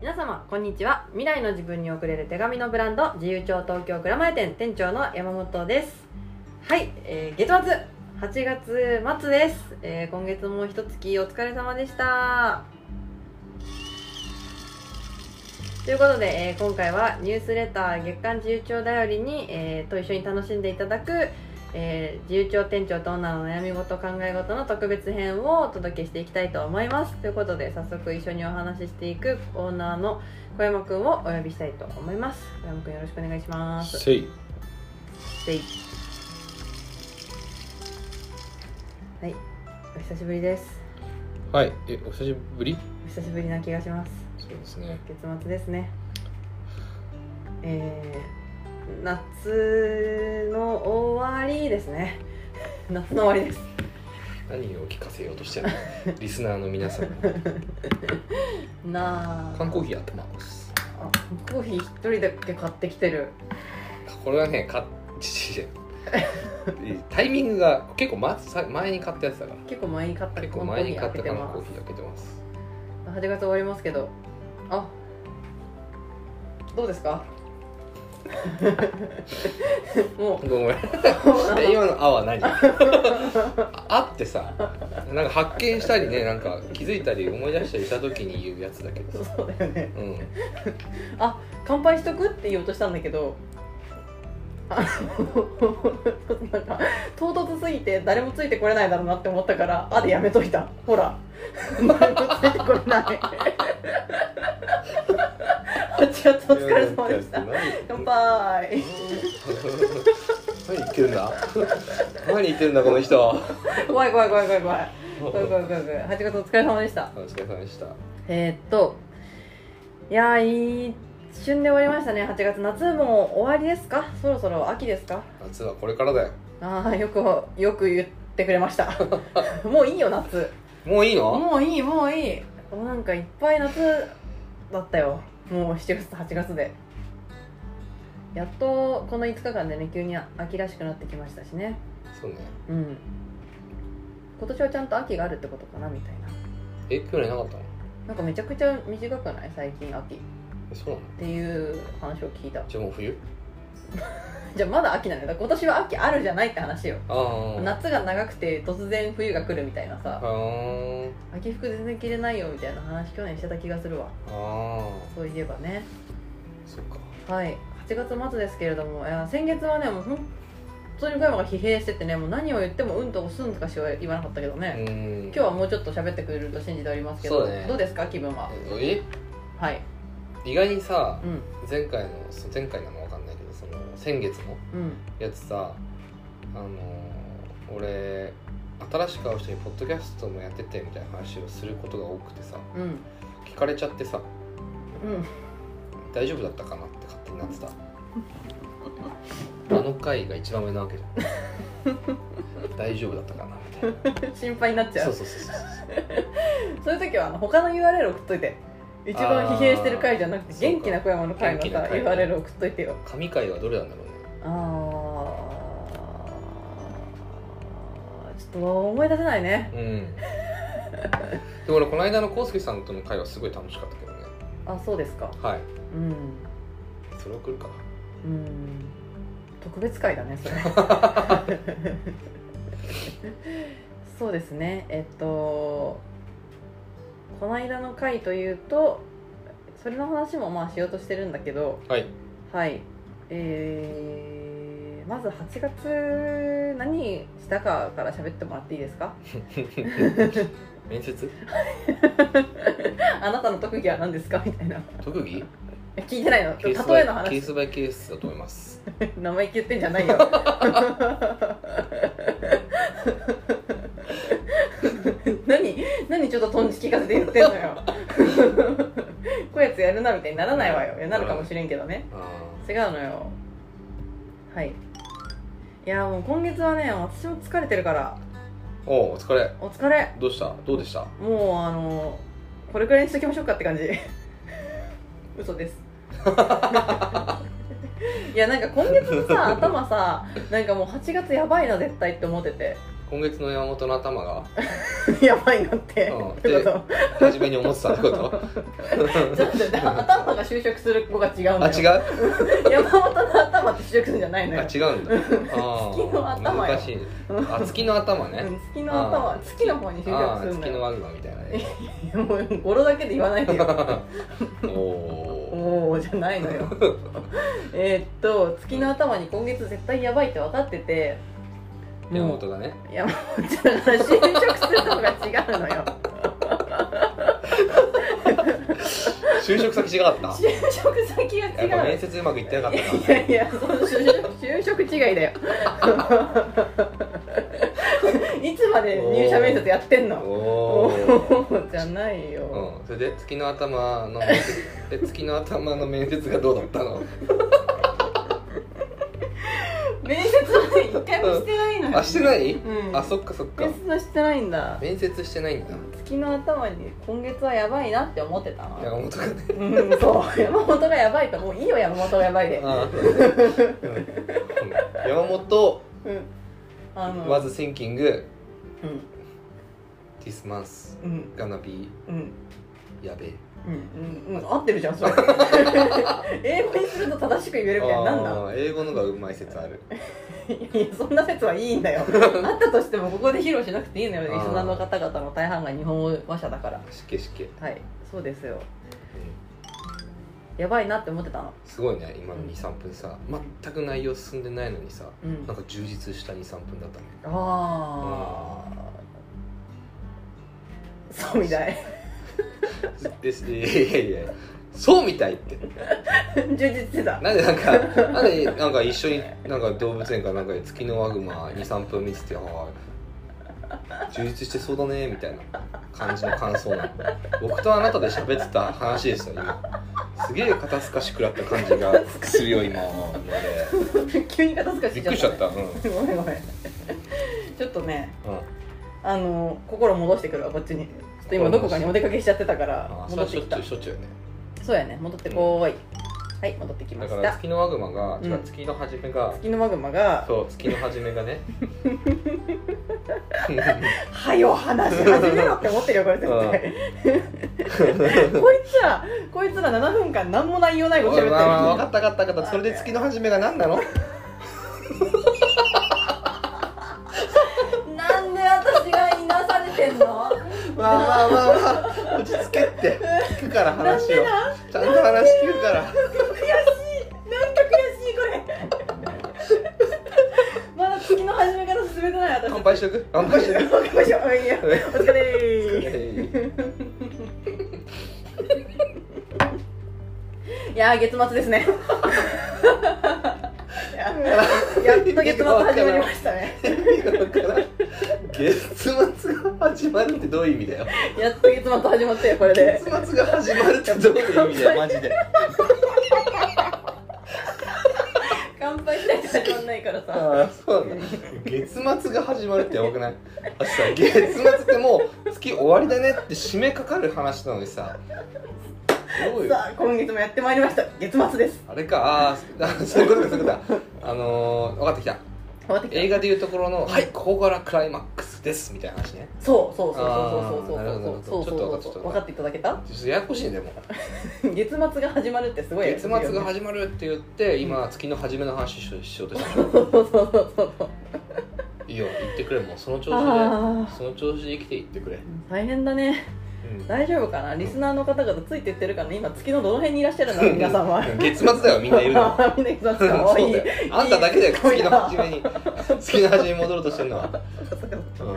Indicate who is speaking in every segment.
Speaker 1: 皆様こんにちは未来の自分に送れる手紙のブランド自由帳東京蔵前店店長の山本ですはい、えー、月末8月末です、えー、今月も一月お疲れ様でしたということで、えー今回はニュースレター月刊自由帳だよりに、えーと一緒に楽しんでいただく、えー自由帳店長と女の悩み事考え事の特別編をお届けしていきたいと思いますということで早速一緒にお話ししていくオーナーの小山くんをお呼びしたいと思います小山くんよろしくお願いします
Speaker 2: せい
Speaker 1: ではいお久しぶりです
Speaker 2: はいえお久しぶり
Speaker 1: お久しぶりな気がします
Speaker 2: そうですね
Speaker 1: 月末ですねえー、夏の終わりですね 夏の終わりです
Speaker 2: 何を聞かせようとしてるの リスナーの皆さん
Speaker 1: なあ
Speaker 2: 缶コーヒーやってます
Speaker 1: あコーヒー一人だけ買ってきてる
Speaker 2: これはねかち タイミングが結構、ま、さ前に買ったやつだから
Speaker 1: 結構前に買った
Speaker 2: 結構前に買った
Speaker 1: 缶
Speaker 2: 缶コ
Speaker 1: コー
Speaker 2: ーヒ
Speaker 1: ヒ
Speaker 2: ー開けてます
Speaker 1: ー開けてます8月終わりますけどあどうですか も
Speaker 2: ごめん
Speaker 1: う
Speaker 2: え今の「あ」は何ああってさなんか発見したりねなんか気づいたり思い出したりした時に言うやつだけどさ
Speaker 1: そうだよね
Speaker 2: うん
Speaker 1: 乾杯しとくって言おうとしたんだけどあの なんか唐突すぎて誰もついてこれないだろうなって思ったから「あ」でやめといたほら誰もついてこれない8月お疲れ様でした乾杯
Speaker 2: 何言ってるんだ何言ってるんだこの人お
Speaker 1: 怖い怖い怖い怖い怖い怖い怖い怖い怖い8月お疲れ様でした
Speaker 2: 疲れ様でした
Speaker 1: えーっといやー一瞬で終わりましたね8月夏も終わりですかそろそろ秋ですか
Speaker 2: 夏はこれからだよ
Speaker 1: ああよくよく言ってくれましたもういいよ夏
Speaker 2: もういいの
Speaker 1: もういいもういいもうなんかいっぱい夏だったよもう7月と8月でやっとこの5日間でね急に秋らしくなってきましたしね
Speaker 2: そうね
Speaker 1: うん今年はちゃんと秋があるってことかなみたいな
Speaker 2: え去年なかったの
Speaker 1: なんかめちゃくちゃ短くない最近秋っ
Speaker 2: えそうなの
Speaker 1: ていう話を聞いた
Speaker 2: じゃあもう冬
Speaker 1: じゃあまだ秋なんだよだから今年は秋あるじゃないって話よ
Speaker 2: あー
Speaker 1: 夏が長くて突然冬が来るみたいなさ
Speaker 2: あー
Speaker 1: 秋服全然着れないよみたいな話去年してた気がするわ
Speaker 2: あー
Speaker 1: そういえばね
Speaker 2: そっか
Speaker 1: はい8月末ですけれどもいや先月はねもう本当に小山が疲弊しててねもう何を言ってもうんとすんとかしか言わなかったけど
Speaker 2: う
Speaker 1: ね、
Speaker 2: ん
Speaker 1: 今日はもうちょっと喋ってくれると信じておりますけど
Speaker 2: そうね
Speaker 1: どうですか気分は
Speaker 2: え
Speaker 1: はい
Speaker 2: 意外にさ
Speaker 1: うん
Speaker 2: 前回のそう前回なのわかんないけどその先月の
Speaker 1: うん
Speaker 2: やつさあのー俺新しく会う人にポッドキャストもやっててみたいな話をすることが多くてさ
Speaker 1: うん
Speaker 2: 聞かれちゃってさ
Speaker 1: うん
Speaker 2: 大丈夫だったかなって勝手になってたあの回が一番上なわけじゃ ん大丈夫だったかなみたい
Speaker 1: 心配になっち
Speaker 2: な
Speaker 1: ゃ
Speaker 2: そう
Speaker 1: う
Speaker 2: そうそうそう
Speaker 1: そういう時はあの他の URL 送っといて一番疲弊してる回じゃなくて
Speaker 2: あー
Speaker 1: 元気な小山の回のさ
Speaker 2: 元気な回
Speaker 1: URL 送っといてよ
Speaker 2: 神回はどれなんだろうね
Speaker 1: あーちょっと思い出せないね
Speaker 2: うんでも俺この間のコウスケさんとの回はすごい楽しかったけどね
Speaker 1: あそうですか
Speaker 2: はい
Speaker 1: うん
Speaker 2: それ送るか
Speaker 1: うん特別会だねそれそうですねえっとこの間の会というとそれの話もまあしようとしてるんだけど
Speaker 2: はい
Speaker 1: はいえーまず8月何したかから喋ってもらっていいですか
Speaker 2: 面接
Speaker 1: あなたの特技は何ですかみたいな
Speaker 2: 特技
Speaker 1: 聞いてないの
Speaker 2: ケース
Speaker 1: 例
Speaker 2: バ
Speaker 1: え
Speaker 2: イ
Speaker 1: の
Speaker 2: ケー
Speaker 1: 話
Speaker 2: スバイケースだと思います
Speaker 1: 生意気言ってんじゃないよ 何何ちょっとトンチ聞かせて言ってんのよこういうやつやるなみたいにならないわよいやなるかもしれんけどね
Speaker 2: あ
Speaker 1: 違うのよはいいやもう今月はね私も疲れてるから
Speaker 2: ーおうお疲れ
Speaker 1: お疲れ
Speaker 2: どうしたどうでした
Speaker 1: もうあのこれくらいにしときましょうかって感じ 嘘です いやなんか今月のさ頭さなんかもう8月やばいな絶対って思ってて
Speaker 2: 今月の山本の頭が
Speaker 1: やばいな って、
Speaker 2: うん
Speaker 1: ってこ
Speaker 2: 初めに思ってたってこと
Speaker 1: とそうだよね頭が就職する子が違うん
Speaker 2: あ
Speaker 1: だ
Speaker 2: 違
Speaker 1: よ
Speaker 2: う
Speaker 1: 山本の頭って就職するんじゃない の
Speaker 2: あ
Speaker 1: よ
Speaker 2: 違うんだあー
Speaker 1: 月の頭よ
Speaker 2: 難しいあ月の頭 ね
Speaker 1: うん月の頭
Speaker 2: あー
Speaker 1: 月の方に就職
Speaker 2: あ
Speaker 1: す
Speaker 2: ー
Speaker 1: るんだ
Speaker 2: 月の
Speaker 1: よ
Speaker 2: マグマみたいな ね
Speaker 1: いやもう語呂だけで言わないでよ
Speaker 2: おお
Speaker 1: おおじゃないの よえーっと月の頭に今月絶対やばいって分かってて
Speaker 2: 山
Speaker 1: も
Speaker 2: 本がね
Speaker 1: う山本だから就職するのが違うの よ
Speaker 2: 就職先違か った
Speaker 1: 就職先が
Speaker 2: やっぱ
Speaker 1: 違
Speaker 2: 面
Speaker 1: う
Speaker 2: 接うまくいってなかっ
Speaker 1: い
Speaker 2: た
Speaker 1: や
Speaker 2: ない
Speaker 1: やいやその就職就職違いだよ いつまで 入社面接やってんのお
Speaker 2: おお、
Speaker 1: ー じゃないよ、
Speaker 2: うん、それで月の頭の面接 で月の頭の面接がどうだったの
Speaker 1: 面接はね一回もしてないのよ
Speaker 2: あしてない、
Speaker 1: うん
Speaker 2: あそっかそっか
Speaker 1: 面接はしてないんだ
Speaker 2: 面接してないんだ
Speaker 1: 月の頭に今月はやばいなって思ってたの
Speaker 2: 山本がね
Speaker 1: うんそう 山本がやばいともういいよ山本がやばいで
Speaker 2: あー山本
Speaker 1: うんあの
Speaker 2: was thinking
Speaker 1: うん
Speaker 2: this month
Speaker 1: うん
Speaker 2: gonna be
Speaker 1: うん
Speaker 2: やべえ
Speaker 1: うんうんうん合ってるじゃ んそれ英語にすると正しく言えるみたいなんだ
Speaker 2: あー英語のがうまい説ある
Speaker 1: いやそんな説はいいん だよあったとしてもここで披露しなくていいのよ
Speaker 2: あー
Speaker 1: リスナーの方々の大半が日本語話者だから
Speaker 2: しけしけ、うん
Speaker 1: はいそうですよやばいなって思ってたの
Speaker 2: すごいね今の23分さ全く内容進んでないのにさ
Speaker 1: うん
Speaker 2: なんか充実した23分だっ たね
Speaker 1: ああそうみたい
Speaker 2: ですいやいやいやそうみたいって
Speaker 1: 充実してた
Speaker 2: なんでなんかなんでなんか一緒になんか動物園かなんかで月のワグマ23分見ててあー充実してそうだねみたいな感じの感想なの僕とあなたで喋ってた話ですよ今すげえ肩透かし食らった感じがするよ今ので
Speaker 1: 急に片付か
Speaker 2: び
Speaker 1: しちゃ
Speaker 2: っくり
Speaker 1: っ
Speaker 2: しち
Speaker 1: た
Speaker 2: ゃったうん、うん、
Speaker 1: ごめんごめんちょっとねあの心戻してくるわこっちにちょっと今どこかにお出かけしちゃってたから
Speaker 2: あーそ
Speaker 1: 戻
Speaker 2: れは
Speaker 1: っ
Speaker 2: してょ
Speaker 1: き
Speaker 2: っちゅ
Speaker 1: た
Speaker 2: うしょっちゅうよね
Speaker 1: そうやね戻ってこーい、はい戻ってきま
Speaker 2: だか
Speaker 1: し
Speaker 2: ら
Speaker 1: た
Speaker 2: 月のワグマが、違
Speaker 1: う
Speaker 2: うん月の初めが
Speaker 1: 月のマグマが
Speaker 2: そう月の初めがね
Speaker 1: 「はよ話し始めろ」って思ってるよこれ絶対こいつらこいつら7分間何も内容ないこと喋ってる
Speaker 2: 分かった分かった分かったそれで月の初めが何なの
Speaker 1: なんで私がいなされてんの
Speaker 2: まあまあまあまあ落ち着けって聞くから話をちゃんと話聞くから
Speaker 1: 悔しいなんか悔しいこれまだ月の始めから進めてない私
Speaker 2: 乾杯しとく乾杯しとく
Speaker 1: 乾杯しよういいよお疲れいやー月末ですねいややっと月末始まりましたね
Speaker 2: 月末が始まるってどういう意味だよ
Speaker 1: やっと月末始まったよこれで
Speaker 2: 月末が始まるってどういう意味だよマジで
Speaker 1: 乾杯しないと始まんないからさ
Speaker 2: ああそうなんだ月末が始まるってやばくないあとさ月末ってもう月終わりだねって締めかかる話なのにさどうよ
Speaker 1: さあ今月もやってまいりました月末です
Speaker 2: あれかあー あそういうことかそういうことかあのー、分かってきた
Speaker 1: 終わってきた
Speaker 2: 映画でいうところの「はいここからクライマックスです」みたいな話ね
Speaker 1: そうそうそう
Speaker 2: あーなるほどなるほ
Speaker 1: そうそうそうそうそう
Speaker 2: どちょっと分かっ
Speaker 1: そう
Speaker 2: たちょっと
Speaker 1: 分
Speaker 2: 分かった
Speaker 1: かっていただけた
Speaker 2: ちょっとややこしいねでも
Speaker 1: 月末が始まるってすごい
Speaker 2: 月末が始まるって言って今月の初めの話しようしよう とした
Speaker 1: そうそうそうそうそう
Speaker 2: いいよ言ってくれもうその調子
Speaker 1: あ
Speaker 2: でその調子で生きていってくれ、
Speaker 1: ー大変だね
Speaker 2: うん
Speaker 1: 大丈夫かなリスナーの方々ついてってるかな今月のどの辺にいらっしゃるの皆さんは
Speaker 2: 月末だよみんないるの
Speaker 1: みんな月末
Speaker 2: そう
Speaker 1: かわいい
Speaker 2: だよあんただけだよ月の初めに月の初めに戻ろうとしてるの は、う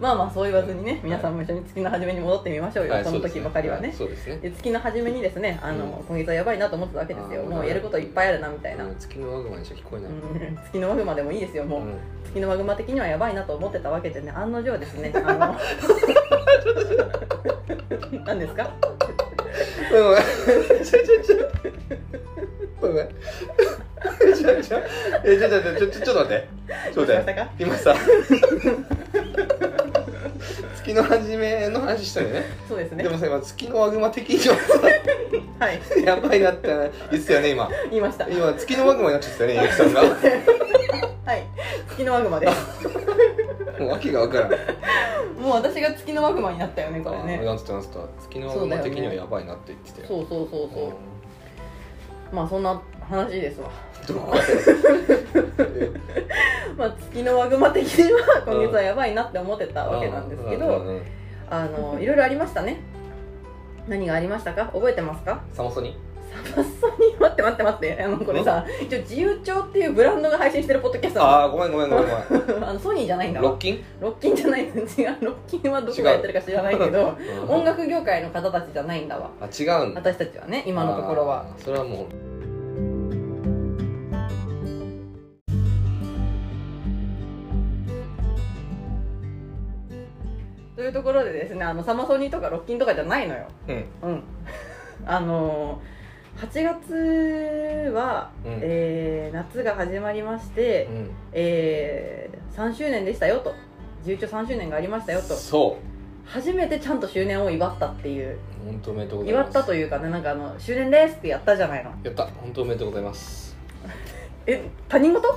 Speaker 1: まあまあそう言わずにね皆さんも一緒に月の初めに戻ってみましょうんよ、
Speaker 2: はい
Speaker 1: その時ばかりはね、
Speaker 2: そうですねはいそ
Speaker 1: で
Speaker 2: うですね
Speaker 1: 月の初めにですねあの、
Speaker 2: うん
Speaker 1: 今月はやばいなと思ってたわけですよ
Speaker 2: あー
Speaker 1: もうやることいっぱいあるなみたいな、
Speaker 2: うん月のワグマにしか聞こえない、
Speaker 1: うん月のマグマでもいいですよもう、
Speaker 2: うん
Speaker 1: 月のマグマ的にはやばいなと思ってたわけでね案の定ですね あの何ですか
Speaker 2: うんちょちょちょ。ごめん。ちょちょ。え、ちょちょちょちょちょっと待って。ちょ
Speaker 1: どうしまし
Speaker 2: っと待っ
Speaker 1: た
Speaker 2: て。
Speaker 1: か
Speaker 2: 今さ。月の初めの話したよね。
Speaker 1: そうですね
Speaker 2: でもさ、今月のワグマ的には
Speaker 1: はい
Speaker 2: さ、やばいなって言ってたよね、今。
Speaker 1: 言いました
Speaker 2: 今、月のワグマになっちゃったよね、ゆきさんが。
Speaker 1: はい月のマグマです
Speaker 2: もう訳が分からん
Speaker 1: もう私が月のワグマになったよねこれ
Speaker 2: あ
Speaker 1: ね
Speaker 2: なんつったなんつった月の
Speaker 1: そうだ
Speaker 2: 馬
Speaker 1: よね
Speaker 2: 的にはやばいなって言ってたよ
Speaker 1: そうそうそうそう、まあそんな話ですわ
Speaker 2: うんどこへ
Speaker 1: まあ月のワグマ的には今月はやばいなって思ってたわけなんですけ
Speaker 2: う
Speaker 1: ど
Speaker 2: んうん
Speaker 1: あのいろいろありましたね何がありましたか覚えてますか
Speaker 2: サマソニ
Speaker 1: サマソニー待って待って待ってあのこれさ一応自由帳っていうブランドが配信してるポッドキャスト
Speaker 2: あ
Speaker 1: な
Speaker 2: あごめんごめんごめんごめん
Speaker 1: のあのソニーじゃないんだ
Speaker 2: ロ
Speaker 1: わ
Speaker 2: ッキン
Speaker 1: ロッキンじゃないん だ違うロッキンはどこがやってるか知らないけど
Speaker 2: うん
Speaker 1: 音楽業界の方たちじゃないんだわ
Speaker 2: あ違うんだ
Speaker 1: 私たちはね今のところは
Speaker 2: あーそれはもう
Speaker 1: というところでですねあのサマソニーとかロッキンとかじゃないのよ
Speaker 2: うん
Speaker 1: うん あのー、8月は、
Speaker 2: うん
Speaker 1: えー夏が始まりまして、
Speaker 2: うん
Speaker 1: えー3周年でしたよと重長3周年がありましたよと
Speaker 2: そう
Speaker 1: 初めてちゃんと周年を祝ったっていう
Speaker 2: 本当おめでとうござい
Speaker 1: 祝
Speaker 2: ます
Speaker 1: ったというかねなんかあの周年ですってやったじゃないの
Speaker 2: やった本当おめでとうございます
Speaker 1: え他人事
Speaker 2: い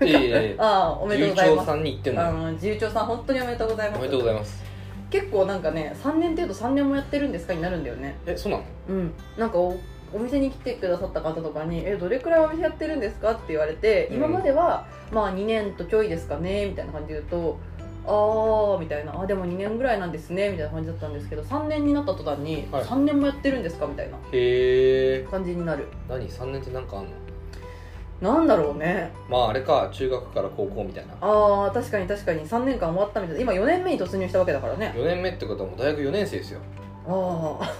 Speaker 2: えいえい
Speaker 1: ああおめでとう
Speaker 2: え
Speaker 1: ございま
Speaker 2: 重長
Speaker 1: す
Speaker 2: さんに言ってん
Speaker 1: あ
Speaker 2: の
Speaker 1: の自由長さん本当におめでとうございます
Speaker 2: おめでとうございます
Speaker 1: 結構なんかね3年程度3年もやってるんですかになるんだよね
Speaker 2: えそうなの
Speaker 1: うん、なんかおお店に来てくださった方とかに「えどれくらいお店やってるんですか?」って言われて
Speaker 2: うん
Speaker 1: 今までは、まあ2年とちょいですかねみたいな感じで言うと「ああ」みたいな「あでも2年ぐらいなんですね」みたいな感じだったんですけど3年になった途端に「
Speaker 2: はい
Speaker 1: 3年もやってるんですか?」みたいな
Speaker 2: へえ
Speaker 1: 感じになる
Speaker 2: 何3年って何かあんの
Speaker 1: なんだろうね
Speaker 2: まああれか中学から高校みたいな
Speaker 1: あー確かに確かに3年間終わったみたいな今4年目に突入したわけだからね
Speaker 2: 4年目ってことはもう大学4年生ですよ
Speaker 1: ああ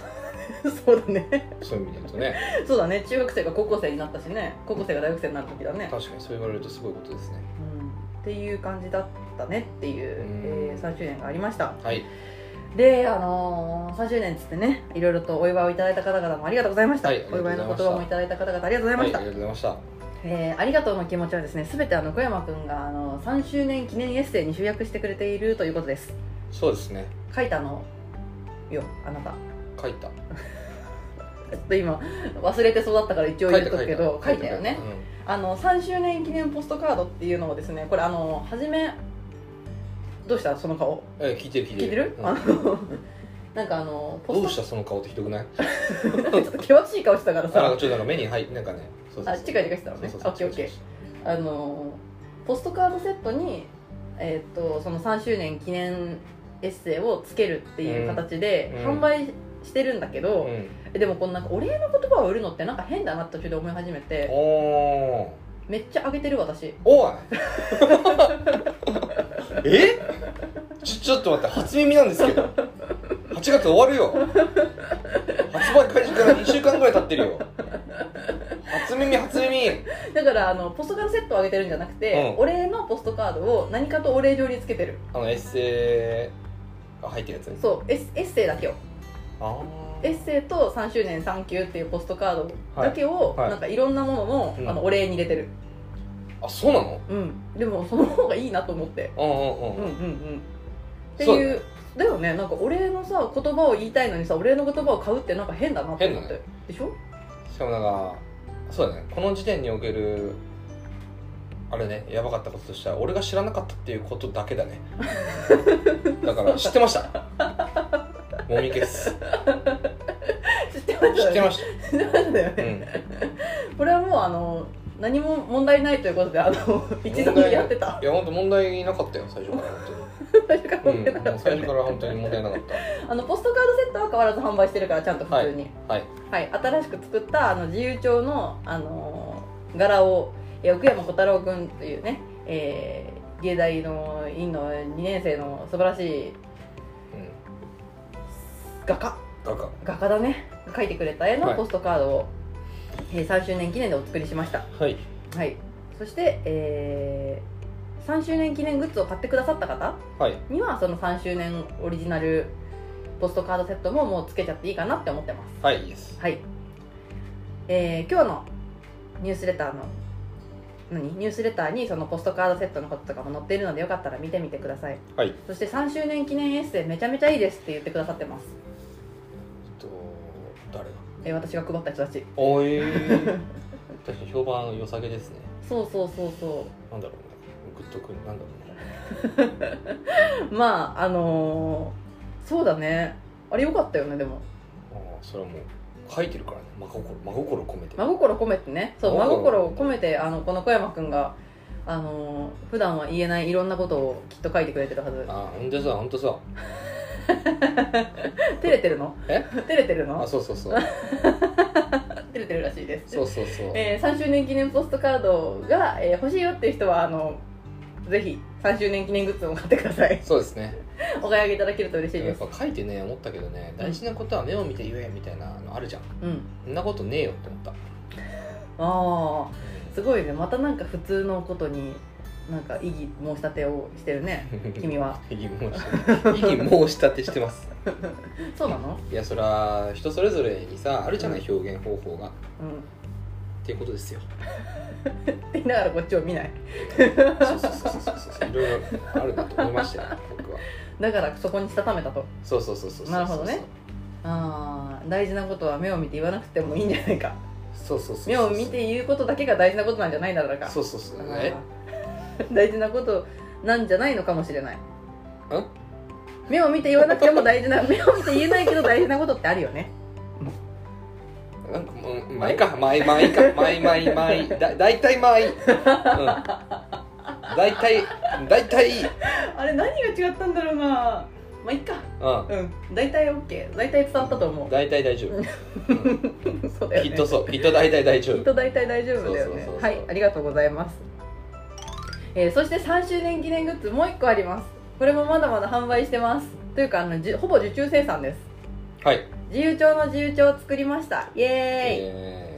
Speaker 1: そうだね
Speaker 2: そういう意味で言うとね
Speaker 1: そうだね中学生が高校生になったしね高校生が大学生になる時だね
Speaker 2: 確かにそう言われるとすごいことですね
Speaker 1: うんっていう感じだったねっていう、
Speaker 2: うん
Speaker 1: えー3周年がありました
Speaker 2: はい
Speaker 1: で、あのー3周年っつってねいろいろとお祝いをいただいた方々もありがとうございました、
Speaker 2: はいあり
Speaker 1: お
Speaker 2: がとうご
Speaker 1: 祝
Speaker 2: ざ
Speaker 1: い
Speaker 2: いま
Speaker 1: の
Speaker 2: した
Speaker 1: 言葉もいただいた方々ありがとうござい
Speaker 2: は
Speaker 1: ま
Speaker 2: いあ
Speaker 1: し
Speaker 2: り
Speaker 1: た、
Speaker 2: がとうございました
Speaker 1: えーありがとうの気持ちはですね全てあの小山くんがあの3周年記念エッセイに集約してくれているということです
Speaker 2: そうですね
Speaker 1: 書いたのよあなた
Speaker 2: 書いた
Speaker 1: ちょっと今忘れてそうだったから一応言っとくけど書いたよね、あの3周年記念ポストカードっていうのをですねこれあの初めどうしたその顔
Speaker 2: うんえ聞いてる聞いてる
Speaker 1: 聞いてる、
Speaker 2: うん
Speaker 1: あのなんかあのポ
Speaker 2: どうし
Speaker 1: ス
Speaker 2: たその顔ってひどくない
Speaker 1: トちょっと険しい顔したから
Speaker 2: あなん
Speaker 1: さ
Speaker 2: かちょっとなんか目に入ってなんかねそうそうそう
Speaker 1: あチカチカしたのね
Speaker 2: そうそうそう
Speaker 1: オッケーオッケあのポストカードセットに、えー、とその3周年記念エッセイをつけるっていう形で
Speaker 2: う
Speaker 1: 販
Speaker 2: ん
Speaker 1: 売してるんだけど、
Speaker 2: うん
Speaker 1: でもこのなんかお礼の言葉を売るのってなんか変だなって途中で思い始めて
Speaker 2: おー
Speaker 1: めっちゃ上げてる私
Speaker 2: おいえちょちょっと待って初耳なんですけど8月終わるよ発売開始から2週間ぐらい経ってるよ初耳初耳
Speaker 1: だからあのポストカードセットを上げてるんじゃなくて、
Speaker 2: うん
Speaker 1: お礼のポストカードを何かとお礼状につけてる
Speaker 2: あのエッセイが入ってるやつ
Speaker 1: そうエッエッセイだけを
Speaker 2: あ
Speaker 1: エッセイと3周年「サンキュー」っていうポストカードだけを、
Speaker 2: はいはい
Speaker 1: なんかいろんなものの,、
Speaker 2: うん
Speaker 1: あのお礼に入れてる
Speaker 2: ああそうなの
Speaker 1: うんでもその方がいいなと思って
Speaker 2: うん
Speaker 1: うん
Speaker 2: うん
Speaker 1: うんう
Speaker 2: う
Speaker 1: んんって
Speaker 2: そうだ
Speaker 1: い
Speaker 2: ね
Speaker 1: うだよねなんかお礼のさ言葉を言いたいのにさお礼の言葉を買うってなんか変だなと思っ
Speaker 2: 変だ
Speaker 1: て
Speaker 2: ね
Speaker 1: でしょ
Speaker 2: しかもなんかそうだねこの時点におけるあれねやばかったこととしては俺が知らなかったっていうことだけ だねだから知ってましたもみ消す
Speaker 1: 知ってましたよね
Speaker 2: 知ってまし
Speaker 1: 知ってましたよ
Speaker 2: た、う
Speaker 1: ね、
Speaker 2: ん、
Speaker 1: これはもうあの何も問題ないということであの一度
Speaker 2: 問題
Speaker 1: も
Speaker 2: ない
Speaker 1: やってた
Speaker 2: いや本当問題なかったよ最初から本
Speaker 1: 最初から
Speaker 2: 当
Speaker 1: 問
Speaker 2: に、う
Speaker 1: 題なかったよ
Speaker 2: ん、もう最初
Speaker 1: ね
Speaker 2: から本当に問題なかった
Speaker 1: あのポストカードセットは変わらず販売してるからちゃんと普通に、
Speaker 2: はい
Speaker 1: はい、新しく作ったあの自由帳の、あのー柄をえー奥山小太郎君というね、えー芸大の院の2年生の素晴らしい
Speaker 2: うん
Speaker 1: 画家
Speaker 2: だか
Speaker 1: 画家だね描いてくれた絵の
Speaker 2: はい
Speaker 1: ポストカードを、えー3周年記念でお作りしました、
Speaker 2: はい
Speaker 1: はい、そして、えー3周年記念グッズを買ってくださった方
Speaker 2: はい
Speaker 1: にはその3周年オリジナルポストカードセットももうつけちゃっていいかなって思ってます
Speaker 2: はいイエス
Speaker 1: はい、えー今日のニュースレターの何ニュースレターにそのポストカードセットのこととかも載っているのでよかったら見てみてください
Speaker 2: はい
Speaker 1: そして3周年記念エッセイめちゃめちゃいいですって言ってくださってます、
Speaker 2: えっと誰が
Speaker 1: えー私が配った人たち
Speaker 2: おい 確かに評判良さげですね
Speaker 1: そうそうそうそ
Speaker 2: なんだろうねグッとくるなんだろうね
Speaker 1: まああのーそうだねあれよかったよねでも
Speaker 2: ああそれはもう書いてるからね真心真心込めて
Speaker 1: 真心込めてねそう
Speaker 2: 真
Speaker 1: 真
Speaker 2: 心
Speaker 1: 心を込めてあのこの小山くんがあのー普段は言えないいろんなことをきっと書いてくれてるはず
Speaker 2: ああほんとさほんとさ
Speaker 1: 照れてる の
Speaker 2: え
Speaker 1: 照れてるの
Speaker 2: あそうそうそう
Speaker 1: 照れてるらしいです
Speaker 2: そうそうそう
Speaker 1: えー3周年記念ポストカードが、えー欲しいよっていう人はあのぜひ3周年記念グッズを買ってください
Speaker 2: そうですね
Speaker 1: お買い上げいただけると嬉しい
Speaker 2: でもや
Speaker 1: で
Speaker 2: っ
Speaker 1: す
Speaker 2: ぱ書いてね思ったけどね
Speaker 1: うん
Speaker 2: 大事なことは目を見て言えみたいなのあるじゃん
Speaker 1: うん
Speaker 2: そんなことねえよって思った
Speaker 1: ああすごいねまたなんか普通のことになんか異議申し立てをしてるね 君は
Speaker 2: 異議申し立て異議申し立てしてます
Speaker 1: そうなの
Speaker 2: いやそりゃ人それぞれにさあるじゃない表現方法がっ
Speaker 1: うん
Speaker 2: ていうことです よ
Speaker 1: って言いながらこっちを見ない
Speaker 2: そうそうそうそうそういろいろあるなと思いましたよ僕は
Speaker 1: だからそこにしたためたと
Speaker 2: そうそうそうそうそう
Speaker 1: なるほどねああ大事なことは目を見て言わなくてもいいんじゃないか
Speaker 2: そうそうそうそ
Speaker 1: 目を
Speaker 2: う
Speaker 1: 見て言うことだけが大事なことなんじゃないだろうか
Speaker 2: そうそうそう
Speaker 1: あ
Speaker 2: え
Speaker 1: ー大事なことなんじゃないのかもしれない
Speaker 2: ん
Speaker 1: 目を見て言わなくても大 事な目を見て言えないけど大事なことってあるよね
Speaker 2: なんかもうまあいいかまあいいまあいいかまあいいまあいいまあいいだ大体まあいい、うん、大体大体いい、うん、
Speaker 1: あれ何が違ったんだろうなまあいっかうん大体 OK 大体伝わったと思う
Speaker 2: 大体大丈夫、
Speaker 1: うん
Speaker 2: うん、
Speaker 1: そうだよね
Speaker 2: きっとそうきっと大体大丈
Speaker 1: きっ
Speaker 2: 夫
Speaker 1: と大体大丈夫だよね
Speaker 2: そうそうそうそう
Speaker 1: はいありがとうございます、えーそして3周年記念グッズもう1個ありますこれもまだまだ販売してますというかあのじゅほぼ受注生産です
Speaker 2: はい
Speaker 1: 自由帳の自由帳を作りましたイエーイ、
Speaker 2: え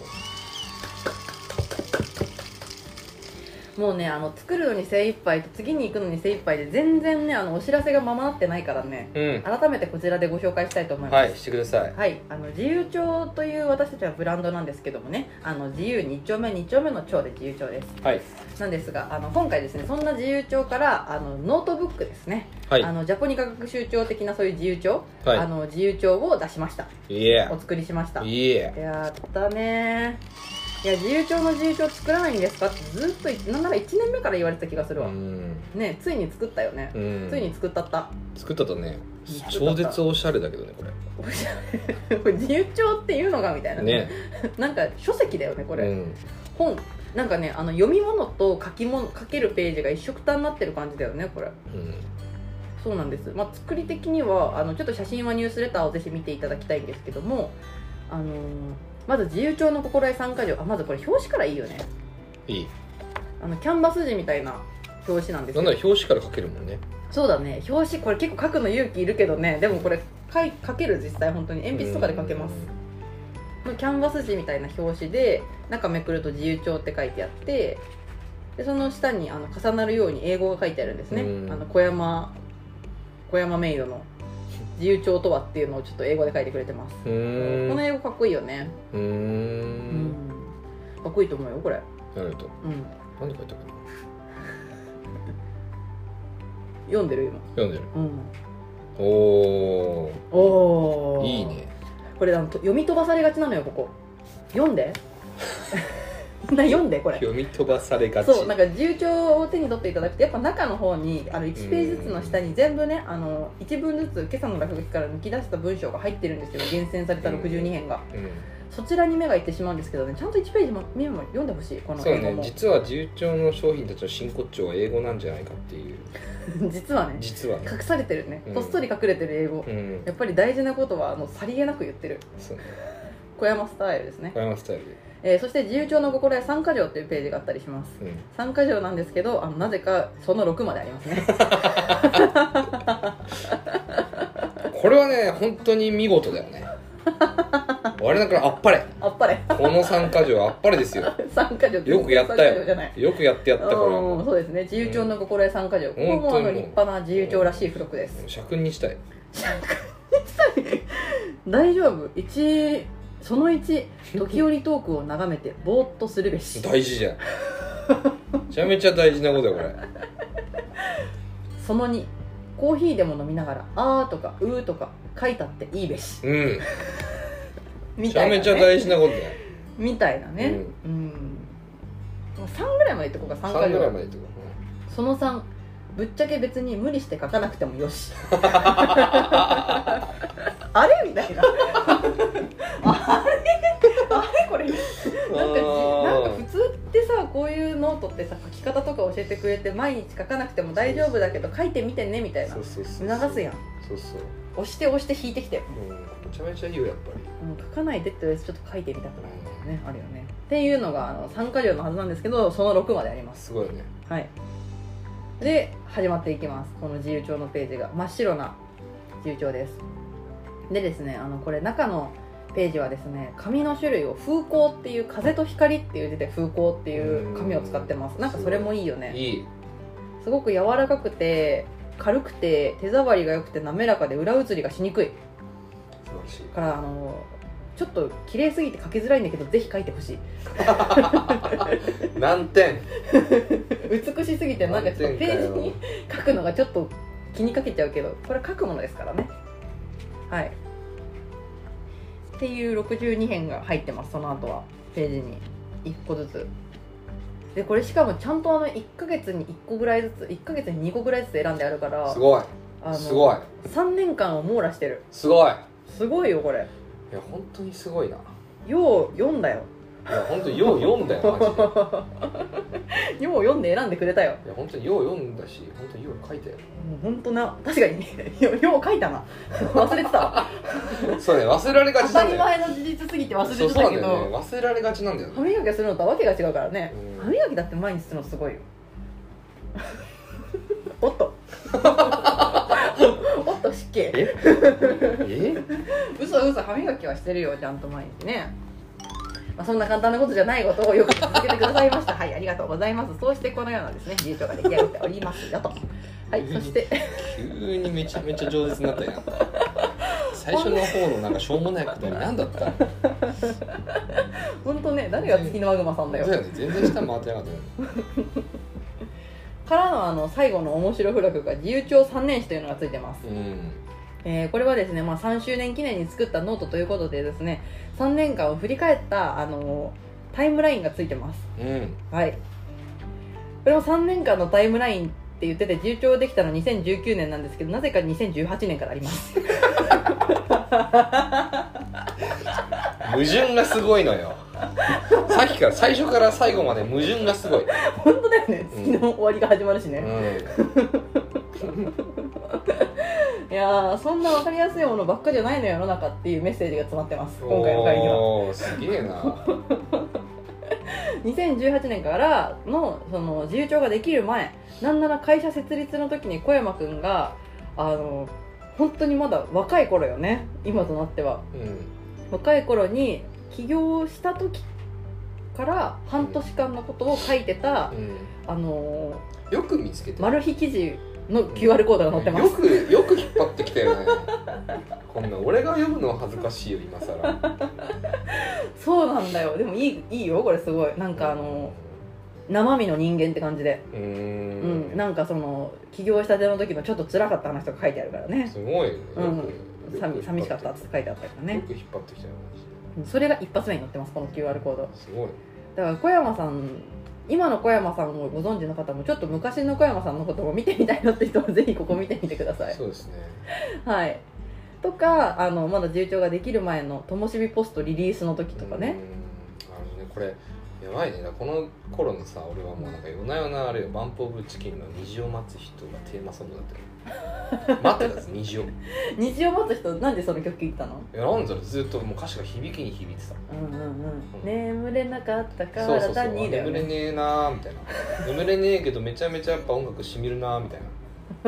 Speaker 1: もうねあの作るのに精一杯と次に行くのに精一杯で全然ねあのお知らせがままなってないからね
Speaker 2: ー
Speaker 1: 改めてこちらでご紹介したいと思
Speaker 2: う
Speaker 1: い
Speaker 2: ん
Speaker 1: ます
Speaker 2: はいしてください
Speaker 1: はい、あの自由帳という私たちはブランドなんですけどもねあの自由2丁目2丁目の帳で自由帳です
Speaker 2: はい
Speaker 1: なんですがあの今回ですねそんな自由帳からあのノートブックですね、
Speaker 2: はい
Speaker 1: あのジャポニカ学習帳的なそういう自由帳、あ
Speaker 2: は
Speaker 1: の自由帳を出しました
Speaker 2: いいえ
Speaker 1: お作りしました
Speaker 2: いいえ
Speaker 1: やったねいや自由帳の自由帳作らないんですかってずっと言ってなんなら1年目から言われてた気がする
Speaker 2: う
Speaker 1: わ、
Speaker 2: ん
Speaker 1: ねついに作ったよね
Speaker 2: う、ん
Speaker 1: ついに作ったった
Speaker 2: 作ったとね
Speaker 1: いや
Speaker 2: 超絶おしゃれだけどねこれ
Speaker 1: おしゃれこれ自由帳っていうのがみたいな
Speaker 2: ね
Speaker 1: なんか書籍だよねこ
Speaker 2: こ
Speaker 1: れ、
Speaker 2: うん、
Speaker 1: 本なんかねあの読み物と書き物書けるページが一緒くたになってる感じだよねこれ
Speaker 2: うん
Speaker 1: そうなんです、まあ、作り的にはあのちょっと写真はニュースレターをぜひ見ていただきたいんですけども、あのーまず自由帳の心得3か条あまずこれ表紙からいいよね
Speaker 2: いい
Speaker 1: あのキャンバス地みたいな表紙なんです
Speaker 2: な
Speaker 1: よ
Speaker 2: んなら表紙から書けるもんね
Speaker 1: そうだね表紙これ結構書くの勇気いるけどねでもこれ書い書ける実際本当に鉛筆とかで書けますのキャンバス地みたいな表紙で中めくると自由帳って書いてあってでその下にあの重なるように英語が書いてあるんですね
Speaker 2: うん
Speaker 1: あの小山小山メイドの自由帳とはっていうのをちょっと英語で書いてくれてます
Speaker 2: う
Speaker 1: こ
Speaker 2: んう
Speaker 1: の
Speaker 2: ーん
Speaker 1: 英語かっこいいよね、
Speaker 2: うーん
Speaker 1: かっこいいと思うよこれ、
Speaker 2: なると
Speaker 1: うん、
Speaker 2: 何で書いたかな
Speaker 1: 読んでる今、
Speaker 2: 読んでる
Speaker 1: うん、
Speaker 2: おー
Speaker 1: おお
Speaker 2: いいね
Speaker 1: これあのと読み飛ばされがちなのよここ読んで みんな読んでこれ
Speaker 2: 読み飛ばされがち
Speaker 1: そうなんか自由帳を手に取っていただくとやっぱ中の方にあの1ページずつの下に全部ねあの1文ずつ今朝の落書きから抜き出した文章が入ってるんですよ厳選された62編が、
Speaker 2: う
Speaker 1: そちらに目がいってしまうんですけどねちゃんと1ページも目も読んでほしいこ
Speaker 2: ん、
Speaker 1: の
Speaker 2: そう
Speaker 1: 英語
Speaker 2: ね
Speaker 1: も、
Speaker 2: 実は自由帳の商品たちの真骨頂は英語なんじゃないかっていう
Speaker 1: 実はね
Speaker 2: 実はね
Speaker 1: 隠されてるね
Speaker 2: うん
Speaker 1: こっそり隠れてる英語、
Speaker 2: うん
Speaker 1: やっぱり大事なことはあのさりげなく言ってる
Speaker 2: そうね
Speaker 1: 小山スタイルですね、
Speaker 2: 小山スタイルで
Speaker 1: えーそして自由帳の心得3か条っていうページがあったりします
Speaker 2: うん
Speaker 1: 3か条なんですけどあのなぜかその6までありますね
Speaker 2: これはね本当に見事だよね我ながらあっぱれ
Speaker 1: あっぱれ
Speaker 2: この三か条あっぱれですよ
Speaker 1: 参加条
Speaker 2: よくやった
Speaker 1: 参加条じゃない
Speaker 2: よよくやってやったこれは
Speaker 1: うんそうですね自由帳の心得参加条、ここもあの立派な自由帳らしい付録です
Speaker 2: 社訓にしたい
Speaker 1: 大丈夫1その1時折トークを眺めてぼーっとするべし
Speaker 2: 大事じゃんめちゃめちゃ大事なことだよこれ
Speaker 1: その2コーヒーでも飲みながら「あー」とか「うー」とか書いたっていいべし
Speaker 2: うん
Speaker 1: み
Speaker 2: めち
Speaker 1: た
Speaker 2: ゃ
Speaker 1: いな、ね、
Speaker 2: めちゃ大事なことだよ
Speaker 1: みたいなねうん、まあ3ぐらいまでいっとこうか3
Speaker 2: 3
Speaker 1: 回
Speaker 2: ぐらいまでいってこ
Speaker 1: その3ぶっちゃけ別に無理して書かなくてもよし あれみたいなあれあれこれなんかじなんか普通ってさこういうノートってさ書き方とか教えてくれて毎日書かなくても大丈夫だけど書いてみてねみたいな
Speaker 2: そうそうそう
Speaker 1: 促すやん
Speaker 2: そうそう
Speaker 1: 押して押して引いてきて
Speaker 2: うんめちゃめちゃ言うやっぱり
Speaker 1: もう書かないでって言われてちょっと書いてみたくなるみたいなねあるよねっていうのがあの3か条のはずなんですけどその6まであります
Speaker 2: すごいよね
Speaker 1: はいで始まっていきますこの自由帳のページが真っ白な自由帳ですでですねあのこれ中のページはですね紙の種類を風光っていう風と光っていう字で風光っていう紙を使ってますなんかそれもいいよね
Speaker 2: いい
Speaker 1: すごく柔らかくて軽くて手触りが良くて滑らかで裏写りがしにくい
Speaker 2: 素晴らしい
Speaker 1: からあのちょっと綺麗すぎて書きづらいんだけどぜひ書いてほしい
Speaker 2: 何点
Speaker 1: 美しすぎてなんかちょっとページに書くのがちょっと気にかけちゃうけどこれ書くものですからねはいっていう62編が入ってますその後はページに1個ずつでこれしかもちゃんとあの1ヶ月に1個ぐらいずつ1ヶ月に2個ぐらいずつ選んであるから
Speaker 2: すごい
Speaker 1: あの
Speaker 2: すごい
Speaker 1: 3年間を網羅してる
Speaker 2: すごい
Speaker 1: すごいよこれ
Speaker 2: いや本当にすごいない
Speaker 1: よう読んだよ
Speaker 2: や本当によう読んだ よマジで
Speaker 1: よう読んで選んでくれたよ
Speaker 2: いや本当によう読んだし本当によう書いたよ
Speaker 1: もう本当な確かに ねよよう書いたな忘れてたわ
Speaker 2: そうね忘れられが
Speaker 1: 当
Speaker 2: ちな
Speaker 1: た
Speaker 2: んだ
Speaker 1: り
Speaker 2: よ
Speaker 1: 前の事実すぎて忘れ
Speaker 2: そう
Speaker 1: て
Speaker 2: そう
Speaker 1: た
Speaker 2: なん
Speaker 1: け
Speaker 2: だ
Speaker 1: ど、
Speaker 2: よね忘れられがちなんだよ
Speaker 1: 歯磨きをするのとはわけが違うからね、
Speaker 2: うん
Speaker 1: 歯磨きだって毎日するのすごいよ おっと おっと失敬
Speaker 2: ええ
Speaker 1: 嘘嘘歯磨きはしてるよちゃんと毎日ね、まあ、そんな簡単なことじゃないことをよく続けてくださいましたはいありがとうございますそうしてこのようなですね事情が出来上がっておりますよとはいそして
Speaker 2: 急にめちゃめちゃ饒舌になったやん最初の方のなんかしょうもないくだり何だったの
Speaker 1: 本当ね誰が月のワグマさんだよ
Speaker 2: そうだよね全然下回ってなかったよ
Speaker 1: からのあの最後の面白付録が自由帳3年史というのがついてます、
Speaker 2: うん
Speaker 1: えーこれはですね、まあ、3周年記念に作ったノートということでですね3年間を振り返ったあのタイムラインがついてます
Speaker 2: うん
Speaker 1: はいこれも3年間のタイムラインって言ってて自由帳できたの2019年なんですけどなぜか2018年からあります
Speaker 2: 矛盾がすごいのよさっきから最初から最後まで矛盾がすごい、
Speaker 1: 本当だよね
Speaker 2: うん
Speaker 1: 月の終わりが始まるしね、
Speaker 2: う
Speaker 1: いやーそんな分かりやすいものばっかじゃないの世の中っていうメッセージが詰まってます
Speaker 2: ん、
Speaker 1: 今回の会議は
Speaker 2: おーすげえな
Speaker 1: 2018年からのその自由帳ができる前なんなら会社設立の時に小山くんがあの本当にまだ若い頃よね今となっては
Speaker 2: うん
Speaker 1: 若い頃に起業した時から半年間のことを書いてた、
Speaker 2: う
Speaker 1: あの
Speaker 2: ん、よく見つけて
Speaker 1: マル秘記事の QR コードが載ってます、
Speaker 2: よくよく引っ張ってきたよねこんなん俺が読むのは恥ずかしいよ今更
Speaker 1: そうなんだよでもいいいいよこれすごいなんかあの生身の人間って感じで、
Speaker 2: うーん
Speaker 1: うん、なんかその起業したての時のちょっと辛かった話とか書いてあるからね
Speaker 2: すごいねよく
Speaker 1: うん
Speaker 2: よく
Speaker 1: さみ寂しかったって書いてあったから
Speaker 2: よ
Speaker 1: ね
Speaker 2: く引っ張ってきたよマジ
Speaker 1: それが一発目に載ってますこの QR コード
Speaker 2: で。すごいね
Speaker 1: だから小山さん今の小山さんをご存知の方もちょっと昔の小山さんのことも見てみたいなって人はぜひここ見てみてください
Speaker 2: そうですね
Speaker 1: はいとかあのまだ重長ができる前の「ともしびポスト」リリースの時とかね
Speaker 2: うーんあのねこれやばいねだからこの頃のさ俺はもうなんか夜な夜なあれよバンプ・オブ・チキンの虹を待つ人がテーマソングだ ったよ待ってたやつ虹をい
Speaker 1: 虹を待つ人なんでその曲聴いたの
Speaker 2: やなんだろうずっともう歌詞が響きに響い てた
Speaker 1: うんうん
Speaker 2: う
Speaker 1: うんん眠れなかったか
Speaker 2: そ
Speaker 1: ら
Speaker 2: うそうそう
Speaker 1: 単にだよ
Speaker 2: 眠れ
Speaker 1: ね
Speaker 2: ねえなーみたい な眠れねえけどめちゃめちゃやっぱ音楽しみるなーみたいな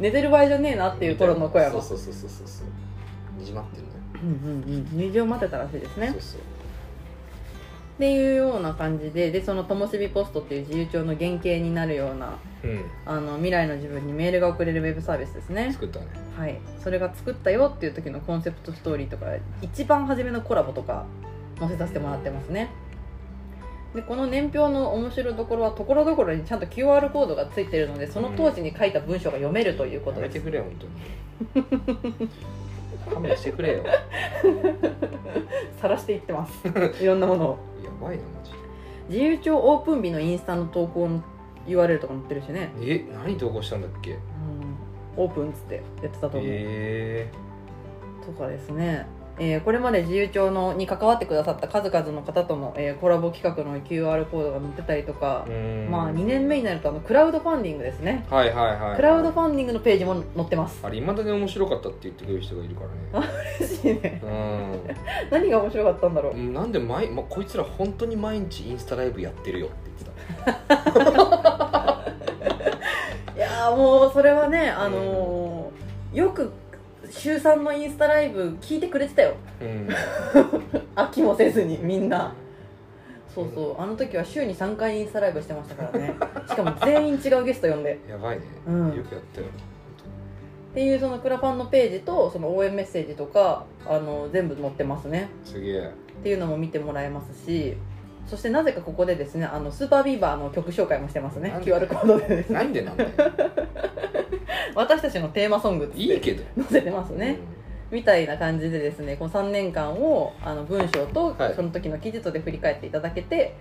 Speaker 1: 寝てる場合じゃねえなっていう頃の小山
Speaker 2: そうそうそうそうそうそう虹待ってるね
Speaker 1: うんうんうん虹を待ってたらしいですね
Speaker 2: そうそう
Speaker 1: っていうような感じででその「ともしびポスト」っていう自由帳の原型になるような
Speaker 2: うん
Speaker 1: あの未来の自分にメールが送れるウェブサービスですね
Speaker 2: 作ったね
Speaker 1: はいそれが作ったよっていう時のコンセプトストーリーとか一番初めのコラボとか載せさせてもらってますねでこの年表の面白いところはところどころにちゃんと QR コードがついてるのでその当時に書いた文章が読めるということ
Speaker 2: やめ
Speaker 1: で
Speaker 2: て
Speaker 1: す
Speaker 2: くれよ本当に 勘弁してくれよ
Speaker 1: 晒していってますいろんなものを
Speaker 2: やばいなマジで
Speaker 1: 自由帳オープン日のインスタの投稿の URL とか載ってるしね、
Speaker 2: え何投稿したんだっけ
Speaker 1: うん、オープンっつってやってたと思う、
Speaker 2: え
Speaker 1: とかですね、えーこれまで自由帳のに関わってくださった数々の方とも、えーコラボ企画の QR コードが載ってたりとか
Speaker 2: え、ー、うん
Speaker 1: まあ2年目になるとあのクラウドファンディングですね
Speaker 2: はいはいはい
Speaker 1: クラウドファンディングのページも載ってます
Speaker 2: あれいまだに面白かったって言ってくれる人がいるから ね
Speaker 1: 嬉しいね
Speaker 2: うん
Speaker 1: 何が面白かったんだろう
Speaker 2: うんなんで毎、ま、こいつら本当に毎日インスタライブやってるよって言ってた
Speaker 1: いやーもうそれはねあのーよく週3のインスタライブ聞いてくれてたよ
Speaker 2: うん
Speaker 1: 飽きもせずにみんなそうそうあの時は週に3回インスタライブしてましたからねしかも全員違うゲスト呼んで
Speaker 2: やばいね、
Speaker 1: うん
Speaker 2: よくやったよ
Speaker 1: っていうそのクラファンのページとその応援メッセージとかあの全部載ってますね
Speaker 2: すげえ
Speaker 1: っていうのも見てもらえますしそしてなぜかここでですねあのスーパービーバーの曲紹介もしてますね
Speaker 2: なんで
Speaker 1: QR コードで ですね
Speaker 2: なんでなんだよ
Speaker 1: 私たちのテーマソングっつって
Speaker 2: いいけど
Speaker 1: 載せてますね、みたいな感じでですねこの3年間をあの文章と
Speaker 2: はい
Speaker 1: その時の記事とで振り返っていただけて、